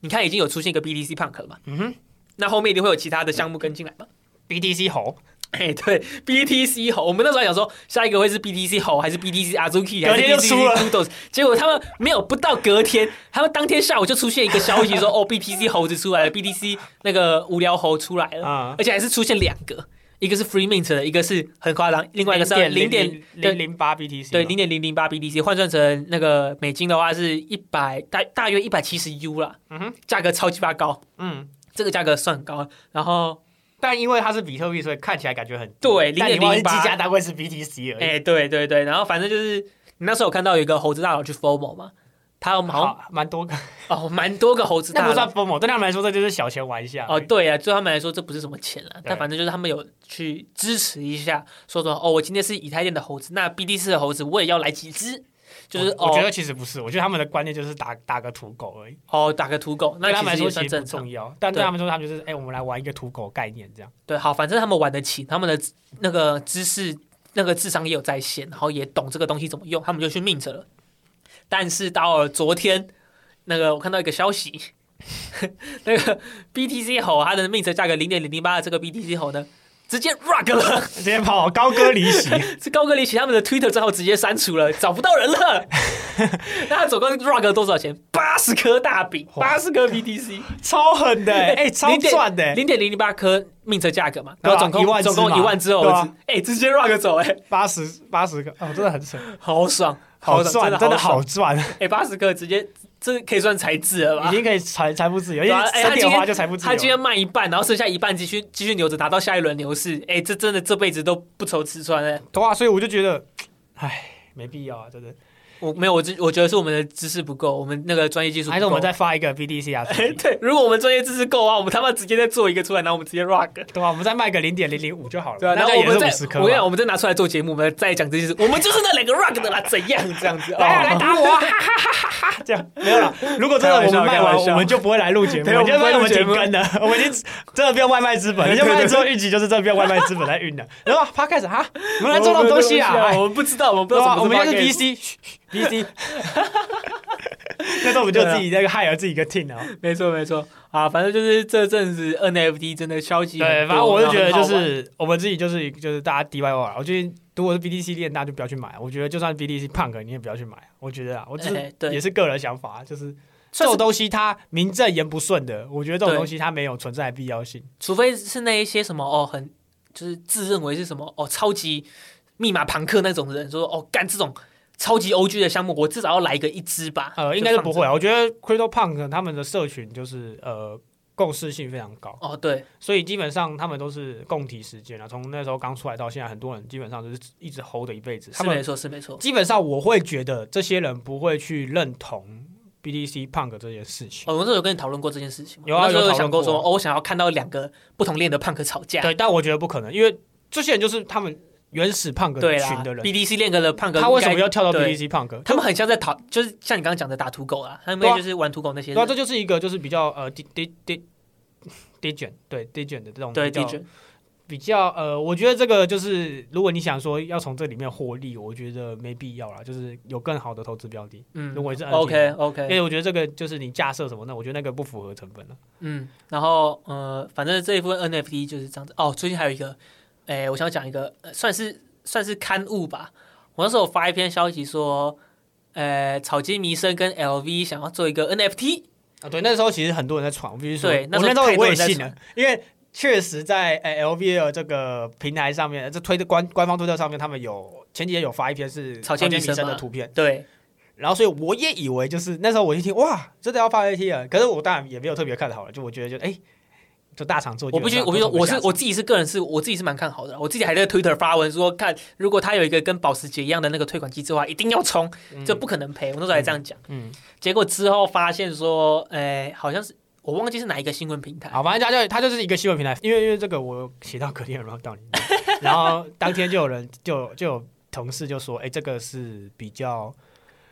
你看已经有出现一个 BTC Punk 了嘛，嗯
哼，
那后面一定会有其他的项目跟进来嘛。
BTC 猴，
哎、对，BTC 猴，我们那时候还想说下一个会是 BTC 猴还是 BTC Azuki，
隔天就输了
还是 BTC Kudos，结果他们没有不到隔天，他们当天下午就出现一个消息说哦 BTC 猴子出来了，BTC 那个无聊猴出来了，
啊
而且还是出现两个，一个是 Free Mint 的，一个是很夸张，另外一个是零点
零零八 BTC，
对，
嘛
零点零零八 BTC 换算成那个美金的话是一百大大约一百七十 U 啦，
嗯哼，
价格超级巴高，
嗯。
这个价格算很高。然后，
但因为它是比特币，所以看起来感觉很低
对
但你忘记
0.08
计价单位是 BTC 而已。
哎、对对对，然后反正就是你那时候有看到有一个猴子大佬去 FOMO 嘛，他们好
好蛮多个，
像哦，蛮多个猴子
那
大
不算
佬。
疯魔，对他们来说这就是小钱玩一下。
哦，，对啊，对他们来说这不是什么钱啊，
对
但反正就是他们有去支持一下，说说哦，我今天是以太店的猴子，那 BD 四的猴子我也要来几只，就是
我觉
哦
得其实不是，我觉得他们的观念就是打打个土狗而已。
哦打个土狗，那
对他们
其
来
实
说
也
其
算
实
正
不
常
重。要，但对
对
他们来说，他们就是哎、我们来玩一个土狗概念这样。
对，好，反正他们玩得起，他们的那个知识、那个智商也有在线，然后也懂这个东西怎么用，他们就去命着了。但是到了昨天，那个我看到一个消息， 那个 BTC 吼它的命着价格零点零零八的这个 BTC 吼呢，直接 rug 了，
直接跑高歌离席，
这高格里奇他们的 Twitter 账号直接删除了，找不到人了。那他总共 rug 了多少钱？八十颗大饼，八十颗 BTC。
超狠的、 哎、超赚的、
零点零零八颗命车价格嘛，
对
然
啊
后总
一万
共
只嘛
总共一万只猴
对
子
啊，
哎，直接 rug 走，哎，
八十八十个，哦，真的很省，
好爽，
好
爽
赚，真的好
爽，
赚，
哎，八十颗直接，这可以算财智了
已
吧？
经可以财财富自由，因
对啊
为
哎
三
他今
点花
天
就财富自
他今
由。
天卖一半，然后剩下一半继续继续留着，达到下一轮牛市，哎，这真的这辈子都不愁吃穿哎。
对啊，所以我就觉得，哎，没必要啊，真的。
我没有，我只我觉得是我们的知识不够，我们那个专业技术不
还是我们
够
再。发一个 BDC 啊，
哎 对，如果我们专业知识够啊，我们他妈直接再做一个出来，然后我们直接 rug。
对吧？我们再卖个零点零零五就好了，
对啊，然
那
后
这
我
样也
们
是
再
五十颗
我跟你讲，
嘛。
我们再拿出来做节目，我们再讲这件事，我们就是那两个 rug 的啦，怎样这 样子？哦
来来打我啊，哈哈哈哈哈！ 这样没有了。如果真的我们卖完，
开玩笑开玩笑
我们就不会来录节目，
对我
我
们
就
不会
为我
录
们
节
停
目
更了。我 们已经真的不用外卖资本了，
对
要
对
不然
对
之后运气就是真的不用外卖资本来运了。然后 p 开始哈，我们来做那种东西啊，哎
我们不知道，我们不知
对
道
啊，
什么。
我们就是 VC VC，那时候我们就自己那个害了自己一个 team 啊。
没错没错啊，反正就是这阵子 NFT 真的消息很
对，
多
反正我就觉得就
然后很好玩
是我们自己就是就是大家 DIY 了。啊我觉得如果是 BTC 链，大家就不要去买。我觉得就算 BTC 胖哥，你也不要去买。我觉得啊，我只
哎
是
对
也是个人想法，就是这
算
种
是
东西它名正言不顺的，我觉得这种
对
东西它没有存在的必要性。
除非是那一些什么哦，很就是自认为是什么哦，超级密码朋克那种人说哦，干这种超级 OG 的项目，我至少要来个一支吧。
呃，
就
应该是
放
不
着
会啊。我觉得 Crypto Punk 他们的社群就是呃共识性非常高，
哦，对，
所以基本上他们都是共体时间啊。从那时候刚出来到现在，很多人基本上就是一直 hold 的一辈子。他
是
们
没错是没错。
基本上我会觉得这些人不会去认同 BTC Punk 这件事情。
哦，我那时候有跟你讨论过这件事情吗？
有啊
那时候
有讨论
想过
过
说
啊
哦，我想要看到两个不同链的胖克吵架。
对，但我觉得不可能，因为这些人就是他们原始胖哥
对啦
群的人，
，BDC 链个的胖哥，
他为什么要跳到
对
BTC 胖哥？
他们很像在讨，就是像你刚刚讲的打土狗啊，他
对
们
啊
就是玩土狗那些
对
人
啊，这就是一个就是比较呃低低低低卷对低卷的这种
对
比较
DJ
比较呃，我觉得这个就是如果你想说要从这里面获利，我觉得没必要啦，就是有更好的投资标的。
嗯，
如果是
OK
因
OK，
为我觉得这个就是你架设什么呢？我觉得那个不符合成本了。
嗯，然后呃，反正这一部分 NFT 就是这样子。哦，最近还有一个，哎，我想讲一个，呃算是算是刊物吧。我那时候有发一篇消息说，呃，草金弥生跟 LV 想要做一个 NFT，
啊，对，那时候其实很多人在传，我必须说，
对
我
那
那
时候
时候
太多
我也
人在
信
传
了，因为确实在呃 LVL 这个平台上面，这推的官官方推特上面，他们有前几天有发一篇是
草
间
间
弥
弥生
的
嘛
图片，
对，
然后所以我也以为就是那时候我一听哇，真的要发 AT 了，可是我当然也没有特别看好了，就我觉得就哎、就大厂做基
我不
本
觉
上
得，
都
我
同个
觉
价值，
得我是我自己是个人是，我自己是蛮看好的。我自己还在 Twitter 发文说，看如果他有一个跟保时捷一样的那个退款机制的话，一定要冲，这不可能赔。我那时候还这样讲，
嗯，
结果之后发现说，哎、好像是我忘记是哪一个新闻平台，
好，反正他就他就是一个新闻平台，因为因为这个我写到隔天有 r o 到你， 然后当天就有人就有就有同事就说，哎、这个是比较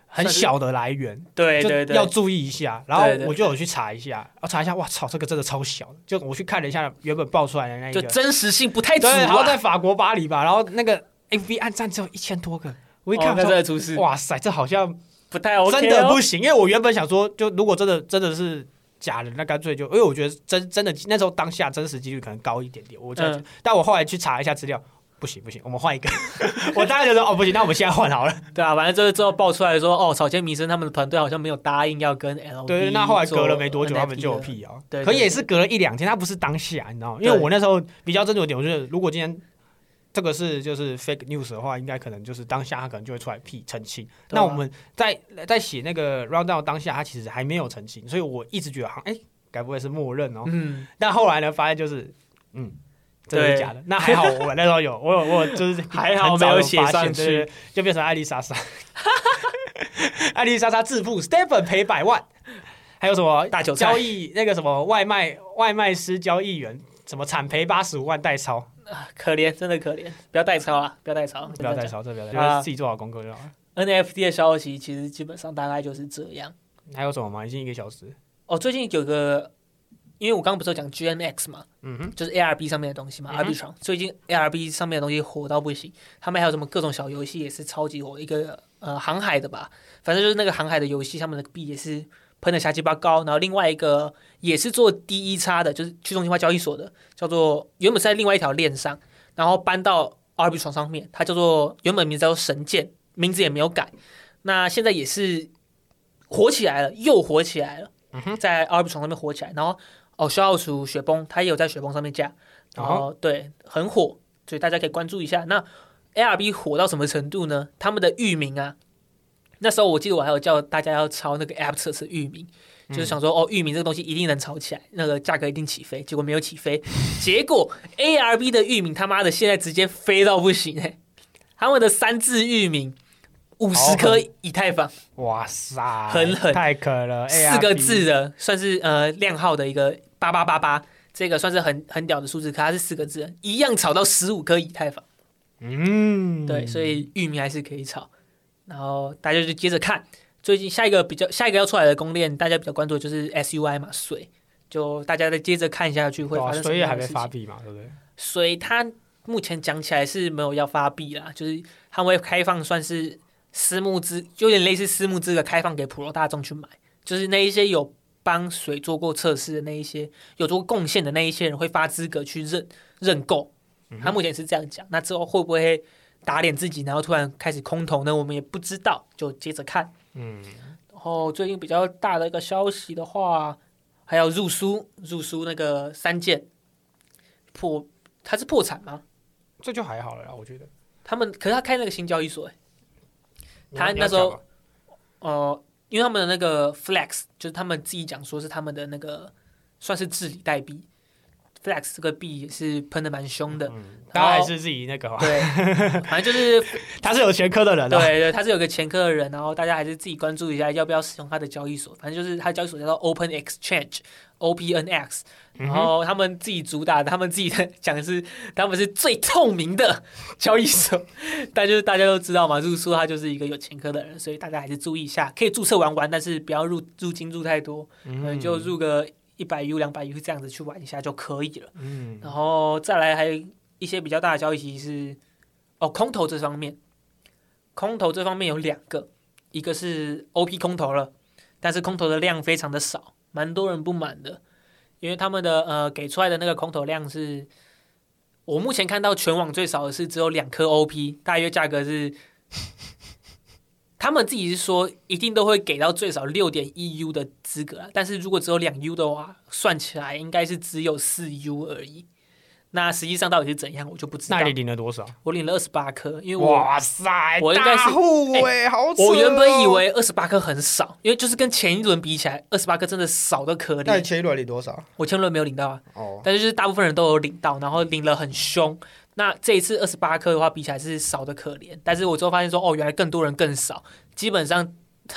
很
算是
小的来源。
对
就
对对，
要注意一下。然后
对对
我就有去查一下，我查一下，哇操，这个真的超小的。就我去看了一下原本爆出来的那一
就
个，
真实性不太足
对，然后
啊。
在法国巴黎吧，然后那个 MV 暗战只有一千多个，我一
哦
看
那
我
真
说。
的出事，
哇塞，这好像
不太 OK，
真的
哦
不行，因为我原本想说，就如果真的真的是假的，那干脆就，因为我觉得真真的那时候当下真实几率可能高一点点，我这样
嗯
但我后来去查一下资料，不行不行，我们换一个， 我当然觉得哦不行，那我们现在换好了。
对啊，反正就是之后爆出来说，哦，草间弥生他们的团队好像没有答应要跟 L
对，那后来隔了没多久，他们就有
屁。
辟谣。
对
可
对
也
对
是隔了一两天，他不是当下，你知道吗？因为
对
我那时候比较斟酌点，我觉得如果今天这个是就是 fake news 的话，应该可能就是当下他可能就会出来辟澄清。
对啊
那我们在在写那个 round down 当下，他其实还没有澄清，所以我一直觉得好像哎，该不会是默认哦？
嗯，
但后来呢，发现就是嗯。真的
对
是假的？那还好，我那时候有，我有，我有就是
还好
很早
没有
有
写
发现
上去，
对对对就变成艾丽莎莎。 艾丽莎莎致富，Stephen 赔百万，还有什么
大韭菜
交易那个什么外卖外卖师交易员，什么惨赔八十五万代抄，
啊可怜，真的可怜，不要代抄啊，不要代抄，
不要代
真的。
抄，这不要代
啊
抄，自己做好功课就好了。
NFT 的消息其实基本上大概就是这样。
还有什么吗？已经一个小时，
哦，最近有个，因为我刚刚不是有讲 GMX 嘛，
嗯哼，
就是 ARB 上面的东西嘛
嗯哼
，Arbitron。最近 ARB 上面的东西火到不行，他们还有什么各种小游戏也是超级火，一个呃航海的吧，反正就是那个航海的游戏，他们的币也是喷的瞎鸡巴高。然后另外一个也是做 D 一叉的，就是去中心化交易所的，叫做原本是在另外一条链上，然后搬到 Arbitron 上面，它叫做原本名字叫做神剑，名字也没有改。那现在也是火起来了，又火起来了，在 Arbitron 上面火起来，然后。哦，消耗鼠雪崩，它也有在雪崩上面架，然
哦，
后对，很火，所以大家可以关注一下。那 ARB 火到什么程度呢？他们的域名啊，那时候我记得我还有叫大家要抄那个 Aptos 的域名，
嗯
就是想说哦，域名这个东西一定能炒起来，那个价格一定起飞。结果没有起飞，结果 ARB 的域名他妈的现在直接飞到不行哎、他们的三字域名五
好
十
狠
颗以太坊。
哇塞，
很狠
太可了，
四个
ARB
字的，算是呃量号的一个八八八八，这个算是很很屌的数字，可它是四个字，一样炒到十五颗以太坊，
嗯，
对，所以域名还是可以炒。然后大家就接着看，最近下一个比较下一个要出来的公链，大家比较关注的就是 SUI 嘛，水，就大家再接着看下去会
对啊
发生什
所
么
以
样
还
的
没
事情
发。币嘛，对不对？
水它目前讲起来是没有要发币啦，就是他们会开放算是私募资，有点类似私募资的开放给普罗大众去买，就是那一些有帮水做过测试的那一些有做过贡献的那一些人会发资格去认认购。
嗯
他目前是这样讲，那之后会不会打脸自己，然后突然开始空投呢？我们也不知道，就接着看。
嗯，
然后最近比较大的一个消息的话，还有入书入书那个三件破，它是破产吗？
这就还好了啦，我觉得。
他们可是他开那个新交易所、欸，他
你要
那时候
你要讲吧
呃，因为他们的那个 Flex 就是他们自己讲说是他们的那个算是治理代币，Flex 这个币也是喷的蛮凶的，
嗯，
然
他
后
还是自己那个嘛，
对，反正就是
他是有前科的人
对
啊。
对，他是有个前科的人，然后大家还是自己关注一下要不要使用他的交易所，反正就是他的交易所叫做 Open Exchange。OPNX，
嗯
然
哼
后他们自己主打的，他们自己的 讲的是他们是最透明的 交易所，但就是大家都知道嘛，入书他就是一个有前科的人，所以大家还是注意一下，可以注册玩玩，但是不要入入金入太多，
嗯
可能就入个一百 U 两百 U 这样子去玩一下就可以了。
嗯，
然后再来还有一些比较大的交易其实是哦空头这方面，空头这方面有两个，一个是 OP 空头了，但是空头的量非常的少，蛮多人不满的，因为他们的呃给出来的那个空头量是，我目前看到全网最少的是只有两颗 OP，大约价格是。 他们自己是说，一定都会给到最少六点一 U 的资格啊，但是如果只有两 U 的话，算起来应该是只有四 U 而已。那实际上到底是怎样，我就不知道
那。你领了多少？
我领了二十八颗，因为我
哇塞，
我应该是
大户哎，好扯哦！
我原本以为二十八颗很少，因为就是跟前一轮比起来，二十八颗真的少的可
那你
怜。
前一轮领多少？
我前轮没有领到啊，
哦，
但是就是大部分人都有领到，然后领了很凶。那这一次二十八颗的话，比起来是少的可怜。但是我之后发现说，哦，原来更多人更少，基本上、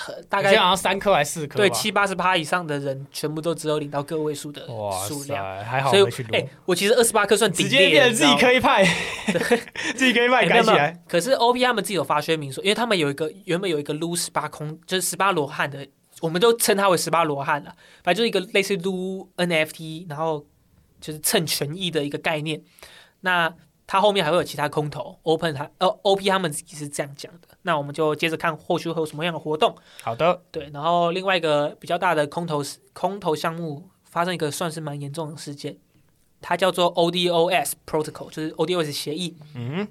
呃大
现在
概
好像三颗还是四颗吧？
对七八十趴以上的人，全部都只有领到个位数的
哇
数
塞
量。，
还好
所以
没去，
哎、
录，
我其实二十八颗算
直
顶
接
猎
变
人，
成自己
你知道吗
可以派，自己可以派改
哎
起
没有没
来。
有可是 OP 他们自己有发声明说，因为他们有一个原本有一个撸十八空，就是十八罗汉的，我们都称他为十八罗汉了，反正就是一个类似撸 NFT，然后就是蹭权益的一个概念。那他后面还会有其他空投，Open 他呃 OP 他们自己是这样讲的。那我们就接着看后续会有什么样的活动。
好的，
对，然后另外一个比较大的空投空投项目发生一个算是蛮严重的事件，它叫做 ODOS Protocol，就是 ODOS 协议。
嗯，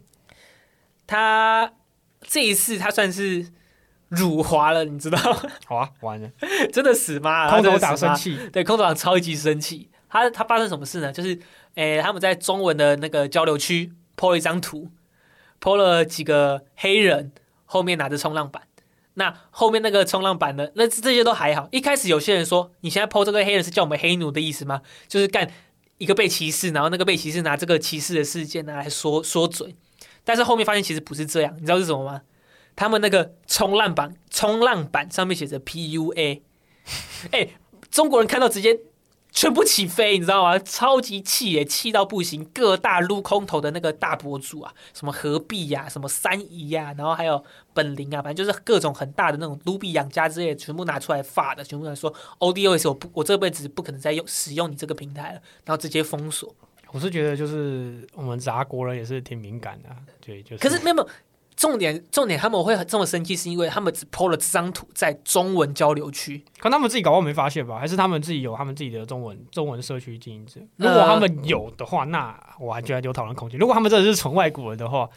他这一次他算是辱华了，你知道，吗？
好啊，完了，
真的死妈了，
空
他
头
真
党
的死妈
生，气，
对，空头党超级生气。他他发生什么事呢？就是，诶、他们在中文的那个交流区 po 了一张图，po 了几个黑人后面拿着冲浪板。那后面那个冲浪板的，那这这些都还好。一开始有些人说，你现在 PO 这个黑人是叫我们黑奴的意思吗？就是干一个被歧视，然后那个被歧视拿这个歧视的事件拿来说说嘴。但是后面发现其实不是这样，你知道是什么吗？他们那个冲浪板，冲浪板上面写着 PUA，哎、中国人看到直接全部起飞，你知道吗？超级气耶，气到不行！各大撸空头的那个大博主啊，什么何必呀、什么三姨呀、然后还有本林啊，反正就是各种很大的那种撸币养家之类的，全部拿出来发的，全部来说 ODOS，我不，我这辈子不可能再用使用你这个平台了，然后直接封锁。
我是觉得就是我们杂国人也是挺敏感的啊，对，就是。
可是没有没有，重点重点他们会很这么生气，是因为他们只 PO 了这张图在中文交流区。
可他们自己搞不好没发现吧？还是他们自己有他们自己的中文中文社区经营者？如果他们有的话，那我还觉得有讨论空间。如果他们真的是纯外国人的话，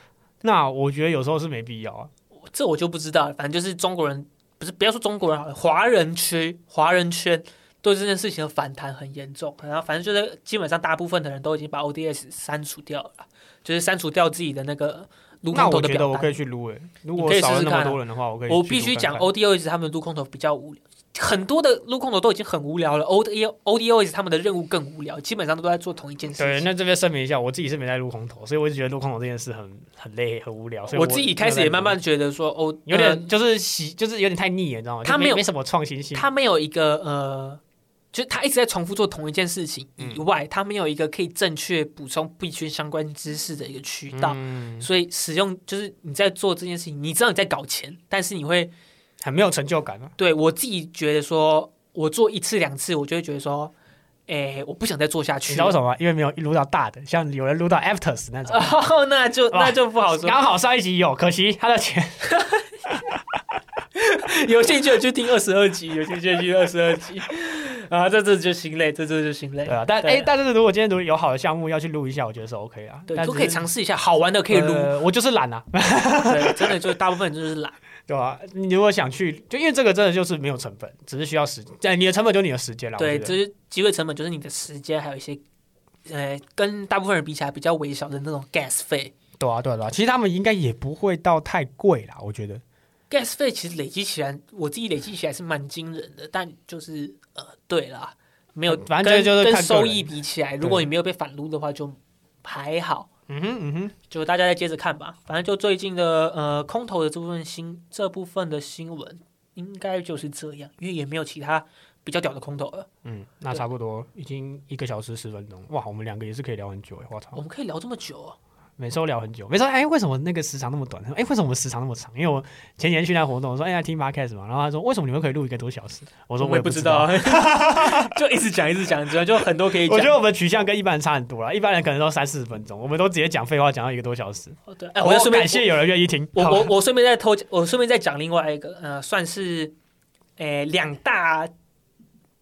那我觉得有时候是没必要啊。
这我就不知道了，反正就是中国人，不是不要说中国人好了，华人区、华人圈对这件事情的反弹很严重，然后反正就是基本上大部分的人都已经把 ODS 删除掉了啦，就是删除掉自己的那个撸
那
空头
我
的
觉得
表
我可
达
以。去撸诶、欸如
你
果
可以
少了
试试
那
看
么
啊
多人的话，我可以去撸
我
看看。
必须讲 ODS 他们的撸空头比较无聊，很多的撸空头都已经很无聊了，OD ODOS 他们的任务更无聊，基本上都在做同一件事情。
对，那这边声明一下，我自己是没在撸空头，所以我一直觉得撸空头这件事很很累、很无聊。所以
我
我
自己开始也慢慢觉得说，哦，
有
呃
点就是喜，就是有点太腻了，你知道吗？
他
就
没有
没什么创新性。
他没有一个呃，就是他一直在重复做同一件事情
嗯
以外，他没有一个可以正确补充必须相关知识的一个渠道，
嗯，
所以使用就是你在做这件事情，你知道你在搞钱，但是你会
很没有成就感啊。
对我自己觉得说，我做一次两次，我就会觉得说，哎，我不想再做下
你
去
知道为
了。
什么吗？因为没有撸到大的，像有人撸到 Afters 那种。
哦，那就
哇
那就不好说。
刚好上一集有，可惜他的钱。
有兴趣的去听二十二集，有兴趣的去二十二集。啊，这这就心累，这这就心累。
对啊，但
对
哎、但是如果今天如果有好的项目要去录一下，我觉得是 OK 啊。
对，
但
都
只
可以
是
尝试一下，好玩的可以撸。
呃我就是懒啊，
对， 真的就大部分就是懒。
对吧、你如果想去，就因为这个真的就是没有成本，只是需要时间。但你的成本就是你的时间了。我
对，
觉
就
得
是机会成本，就是你的时间，还有一些，呃，跟大部分人比起来比较微小的那种 gas 费。
对啊，对啊，对啊。其实他们应该也不会到太贵啦，我觉得。
gas 费其实累积起来，我自己累积起来是蛮惊人的，但就是呃，对啦，没有，
嗯反正这就是
跟跟
看个人
收益比起来，如果你没有被反撸的话，就还好。
嗯哼，嗯哼，
就大家再接着看吧，反正就最近的呃空投的这部分新这部分的新闻，应该就是这样，因为也没有其他比较屌的空投了。
嗯，那差不多已经一个小时十分钟，哇，我们两个也是可以聊很久哎，我操
我，们可以聊这么久、哦，
每次都聊很久，每次都哎为什么那个时长那么短？哎为什么我们时长那么长？因为我前几天去那活动，我说哎来听 podcast 嘛，然后他说为什么你们可以录一个多小时？我
我
说
也
也
不
不
知
道
道，，啊 就一直讲一直讲，主要就很多可以 讲。
我觉得我们取向跟一般人差很多了，一般人可能都三四十分钟，我们都直接讲废话讲到一个多小时。
哦对，哎，我要顺便
感谢有人愿意听。
我
好
我我顺便再偷，我顺便再讲另外一个，呃，算是，诶、两大，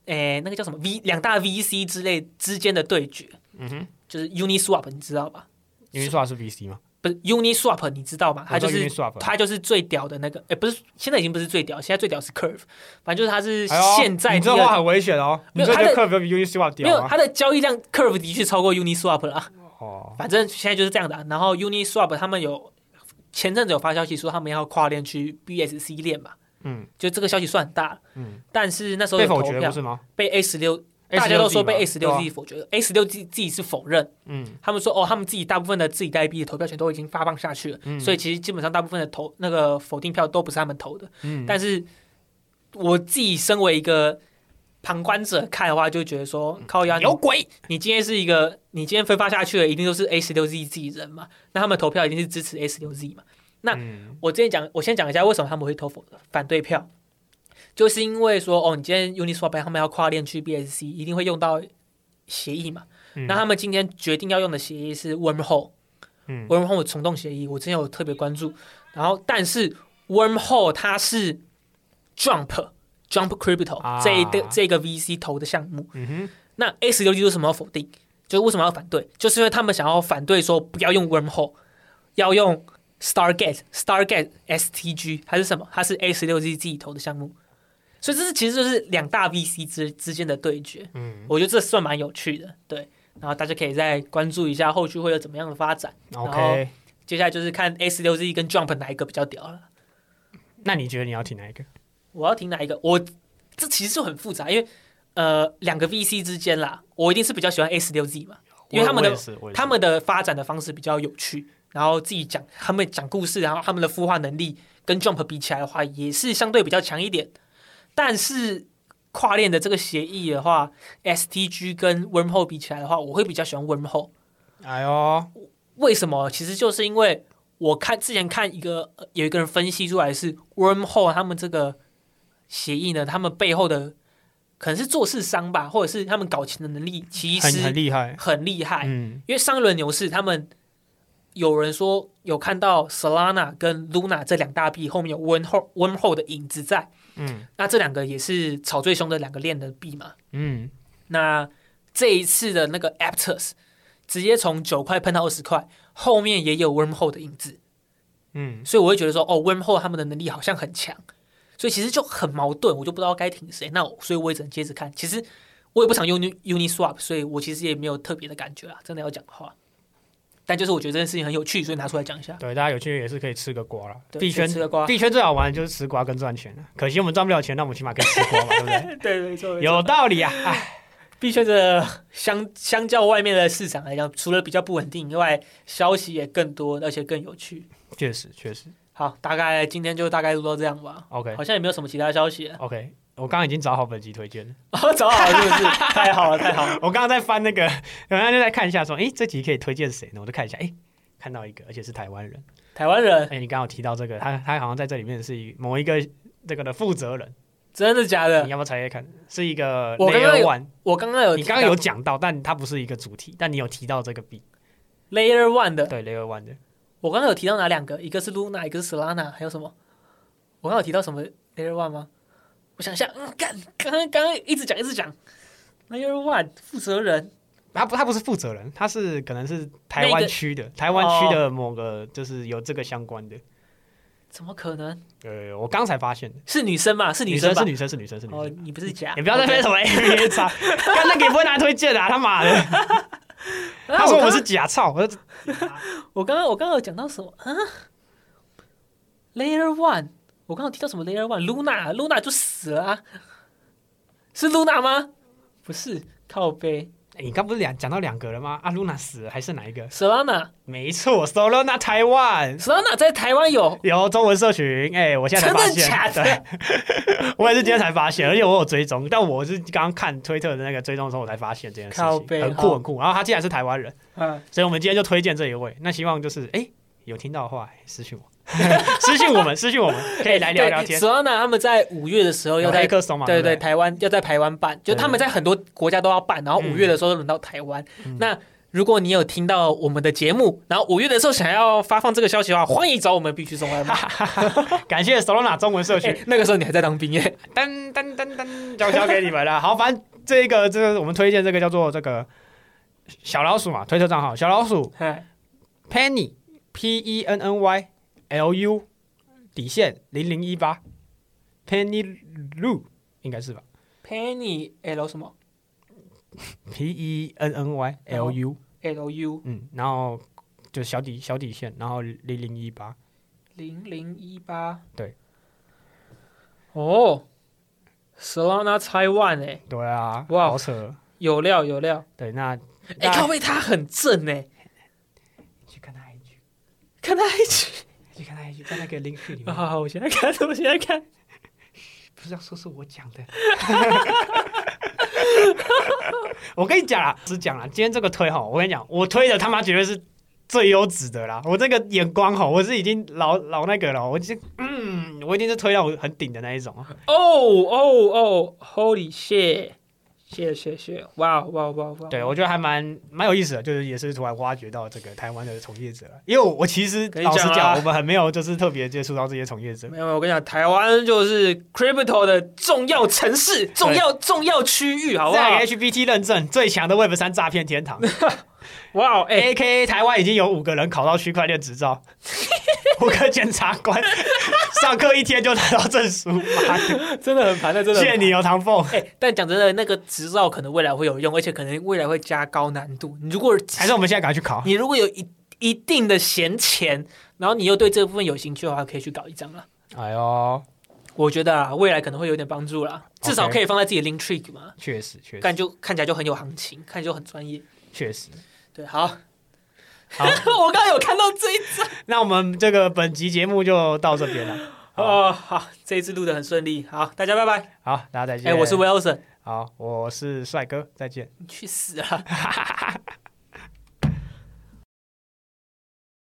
诶、那个叫什么 V 两大 VC 之类之间的对决，
嗯哼，
就是 Uniswap，你知道吧？
因为说是 VC 嘛，
不是 Uniswap，你知道吗？它就
我
是
知道 Uniswap
它就是最屌的那个，哎、不是，现在已经不是最屌，现在最屌是 Curve，反正就是它是
哎呦
现在
你
第
这话
二，
很危险哦，
没
你
有
这
他的
就特别比 Uniswap
没有
屌吗？
它的交易量 Curve 的确超过 Uniswap 了啊。
哦，
反正现在就是这样的啊、然后 Uniswap 他们有前阵子有发消息说他们要跨链去 BSC 链嘛，
嗯
就这个消息算很大，
嗯，
但是那时候
被
有
否
投
决不
票
是吗？
被 A 十六，大家都说被 A 十
A16
六
嘛
Z 否决，A 十六 Z 自己是否认，
嗯
他们说哦，他们自己大部分的自己代币的投票权都已经发放下去了，
嗯
所以其实基本上大部分的投那个否定票都不是他们投的，
嗯，
但是我自己身为一个旁观者看的话，就觉得说靠呀，你
嗯有鬼！
你今天是一个，你今天分发下去的一定都是 A 十六 Z 自己人嘛？那他们投票一定是支持 A 十六 Z 嘛？那
嗯
我之前讲，我先讲一下为什么他们会投否反对票，就是因为说哦，你今天 Uniswap 他们要跨链去 BSC，一定会用到协议嘛？
嗯
那他们今天决定要用的协议是 Wormhole，
嗯
Wormhole 虫洞协议，我之前有特别关注。然后，但是 Wormhole 它是 Jump Jump Crypto、
啊
这一的这个 VC 投的项目，
嗯哼，
那 A 十六 G 为什么要否定？就是为什么要反对？就是因为他们想要反对说不要用 Wormhole，要用 Stargate Stargate STG 它是什么？它是 A 十六 G 自己投的项目，所以这是其实就是两大 VC 之之间的对决。
嗯，
我觉得这算蛮有趣的，对。然后大家可以再关注一下后续会有怎么样的发展。
OK，
接下来就是看 A 十六 Z 跟 Jump 哪一个比较屌了。
那你觉得你要听哪一个？
我要听哪一个？我这其实就很复杂，因为呃两个 VC 之间啦，我一定是比较喜欢 A 十六 Z 嘛，因为他们
我也
的
是我也是
他们的发展的方式比较有趣，然后自己讲他们讲故事，然后他们的孵化能力跟 Jump 比起来的话，也是相对比较强一点。但是跨链的这个协议的话，STG 跟 Wormhole 比起来的话，我会比较喜欢 Wormhole。
哎呦，
为什么？其实就是因为我看之前看一个呃有一个人分析出来是 Wormhole 他们这个协议呢，他们背后的可能是做市商吧，或者是他们搞钱的能力其
很很
实
厉害，
很厉害。
嗯，
因为上一轮牛市他们有人说有看到 Solana 跟 Luna 这两大币后面有 Wormhole Wormhole 的影子在，
嗯
那这两个也是炒最凶的两个链的币嘛。
嗯，
那这一次的那个 Aptos 直接从九块喷到二十块，后面也有 Wormhole 的影子，
嗯，
所以我会觉得说，哦，Wormhole 他们的能力好像很强，所以其实就很矛盾，我就不知道该挺谁。那我所以我也只能接着看。其实我也不常用 Uni- Uniswap，所以我其实也没有特别的感觉啊。真的要讲的话，但就是我觉得这件事情很有趣，所以拿出来讲一下。
对，大家有趣也是可以吃个瓜了。
对
币圈
可以吃个瓜
币圈最好玩的就是吃瓜跟赚钱了。啊可惜我们赚不了钱，那我们起码可以吃 瓜嘛，对不对？
对，没错
有道 理啊，哎，
币圈的相相较外面的市场来讲，除了比较不稳定以外，消息也更多，而且更有趣。
确实确实。
好，大概今天就大概录到这样吧。
OK
好像也没有什么其他消息了。
OK，我刚刚已经找好本集推荐了。
哦，找好了是不是？太好了，太好 了。
我刚刚在翻那个，然后就在看一下说，诶，这集可以推荐谁呢？我就看一下，诶，看到一个，而且是台湾人。
台湾人
哎，你刚好提到这个，他他好像在这里面是一某一个这个的负责人，
真的假
你
的？
要不要猜猜看？是一个
呃我刚刚
Layer
有
One，
我刚刚有
你
提
刚刚有
到
讲到，但它不是一个主题，但你有提到这个币，
Layer One 的，
对 Layer One 的，
我刚刚有提到哪两个？一个是 Luna，一个是 Solana，还有什么？我刚刚有提到什么 Layer One 吗？我想一下，嗯，干，刚刚刚刚一直讲一直讲 Layer One 负责人
他不他不是负责人，他是可能是台
那
湾
个
区的，台湾区的某个就是有这个相关的。
怎么可能
呃，我刚才发现的，
是女生嘛？是
女
生
生
吧
是？女生是女生是女
哦
生，，
你不是假？
你不要再飞什么 A B A 叉，看那个也不会拿来推荐的啊，他妈 的，
啊
他说我们
刚
是假操，我说
我刚刚我刚刚有讲到什么啊？Layer One，我刚刚有提到什么 Layer One？Luna，Luna 就死了啊？是 Luna 吗？不是，靠背
哎你刚不是两讲到两个了吗？阿露娜死了还是哪一个？
Solana，Solana
没错，Solana 台湾。
在台湾有
有中文社群，哎、我现在才发现，
真的假的
对我也是今天才发现，而且我有追踪，但我是刚刚看推特的那个追踪的时候，我才发现这件事
靠
情，
背哦
很
好
酷很酷。然后他竟然是台湾人，
啊，
所以我们今天就推荐这一位。那希望就是，哎、有听到的话，私信我， 私信我们，私信我们，可哎以来聊聊天。
Solana 他们在五月的时候要在
黑客松嘛？
对
对
对，
不
台湾要在台湾办，就
对
他们在很多国家都要办，然后
嗯
五月的时候轮到台湾。
嗯
那如果你有听到我们的节目，然后五月的时候想要发放这个消息的话，欢迎找我们必须送外卖。
感谢 Solana 中文社群
哎，那个时候你还在当兵耶、
噔噔噔噔，交交给你们了。好，反正这个这个我们推荐这个叫做这个小老鼠嘛，推特账号小老鼠
哎
Penny P E N N Y L U 底线零零一八 Penny Lu 应该是吧
Penny L 什么
？P E N N Y L U
L U
嗯，然后就小底小底线，然后零零一八，
零零一八
对，
哦，Solana Taiwan 哎、
对啊，
哇
好扯。
有料有料，
对，那
哎、
大家
靠背他很正哎、
去看他 IG，
看他一起，
去看他 IG，在那个 link 里
好
面，
好好，我现在看，我现在看，
不是要说是我讲的。 我跟你讲啦，只讲啦，今天这个推哈，我跟你讲，我推的他妈绝对是最优质的啦。我这个眼光哈，我是已经老老那个了，我就嗯，我一定是推到我很顶的那一种啊。
哦哦哦，Holy shit！谢谢谢，哇哇哇哇！
对，我觉得还蛮蛮有意思的，就是也是突然挖掘到这个台湾的从业者啦，因为我我其实
跟你
老实
讲啊
讲，我们很没有就是特别接触到这些从业者。
没有没有，我跟你讲，台湾就是 crypto 的重要城市、重要重要区域，好啊不
再
好
来？HBT 认证最强的 Web 三诈骗天堂
哇，哎、
，A K A 台湾已经有五个人考到区块链执照，五个检察官上课一天就拿到证 书，妈啊的
真的很烦，那真的
谢
很
谢
烦
你哦，唐凤。
哎、但讲真的，那个执照可能未来会有用，而且可能未来会加高难度。你如果
还是我们现在赶快去考。
你如果有一一定的闲钱，然后你又对这部分有兴趣的话，可以去搞一张啦。
哎呦，
我觉得啊，未来可能会有点帮助啦，至少
OK
可以放在自己的 link trick 嘛，
确实确
感
实
就看起来就很有行情，看起来就很专业。
确实，
对，好，
好，
我刚刚有看到这一张
那我们这个本集节目就到这边了。好，
哦，好，这一次录的很顺利，好，大家拜拜。哎
好，大家再见。
哎，我是 Wilson，
好，我是帅哥，再见。
你去死啊！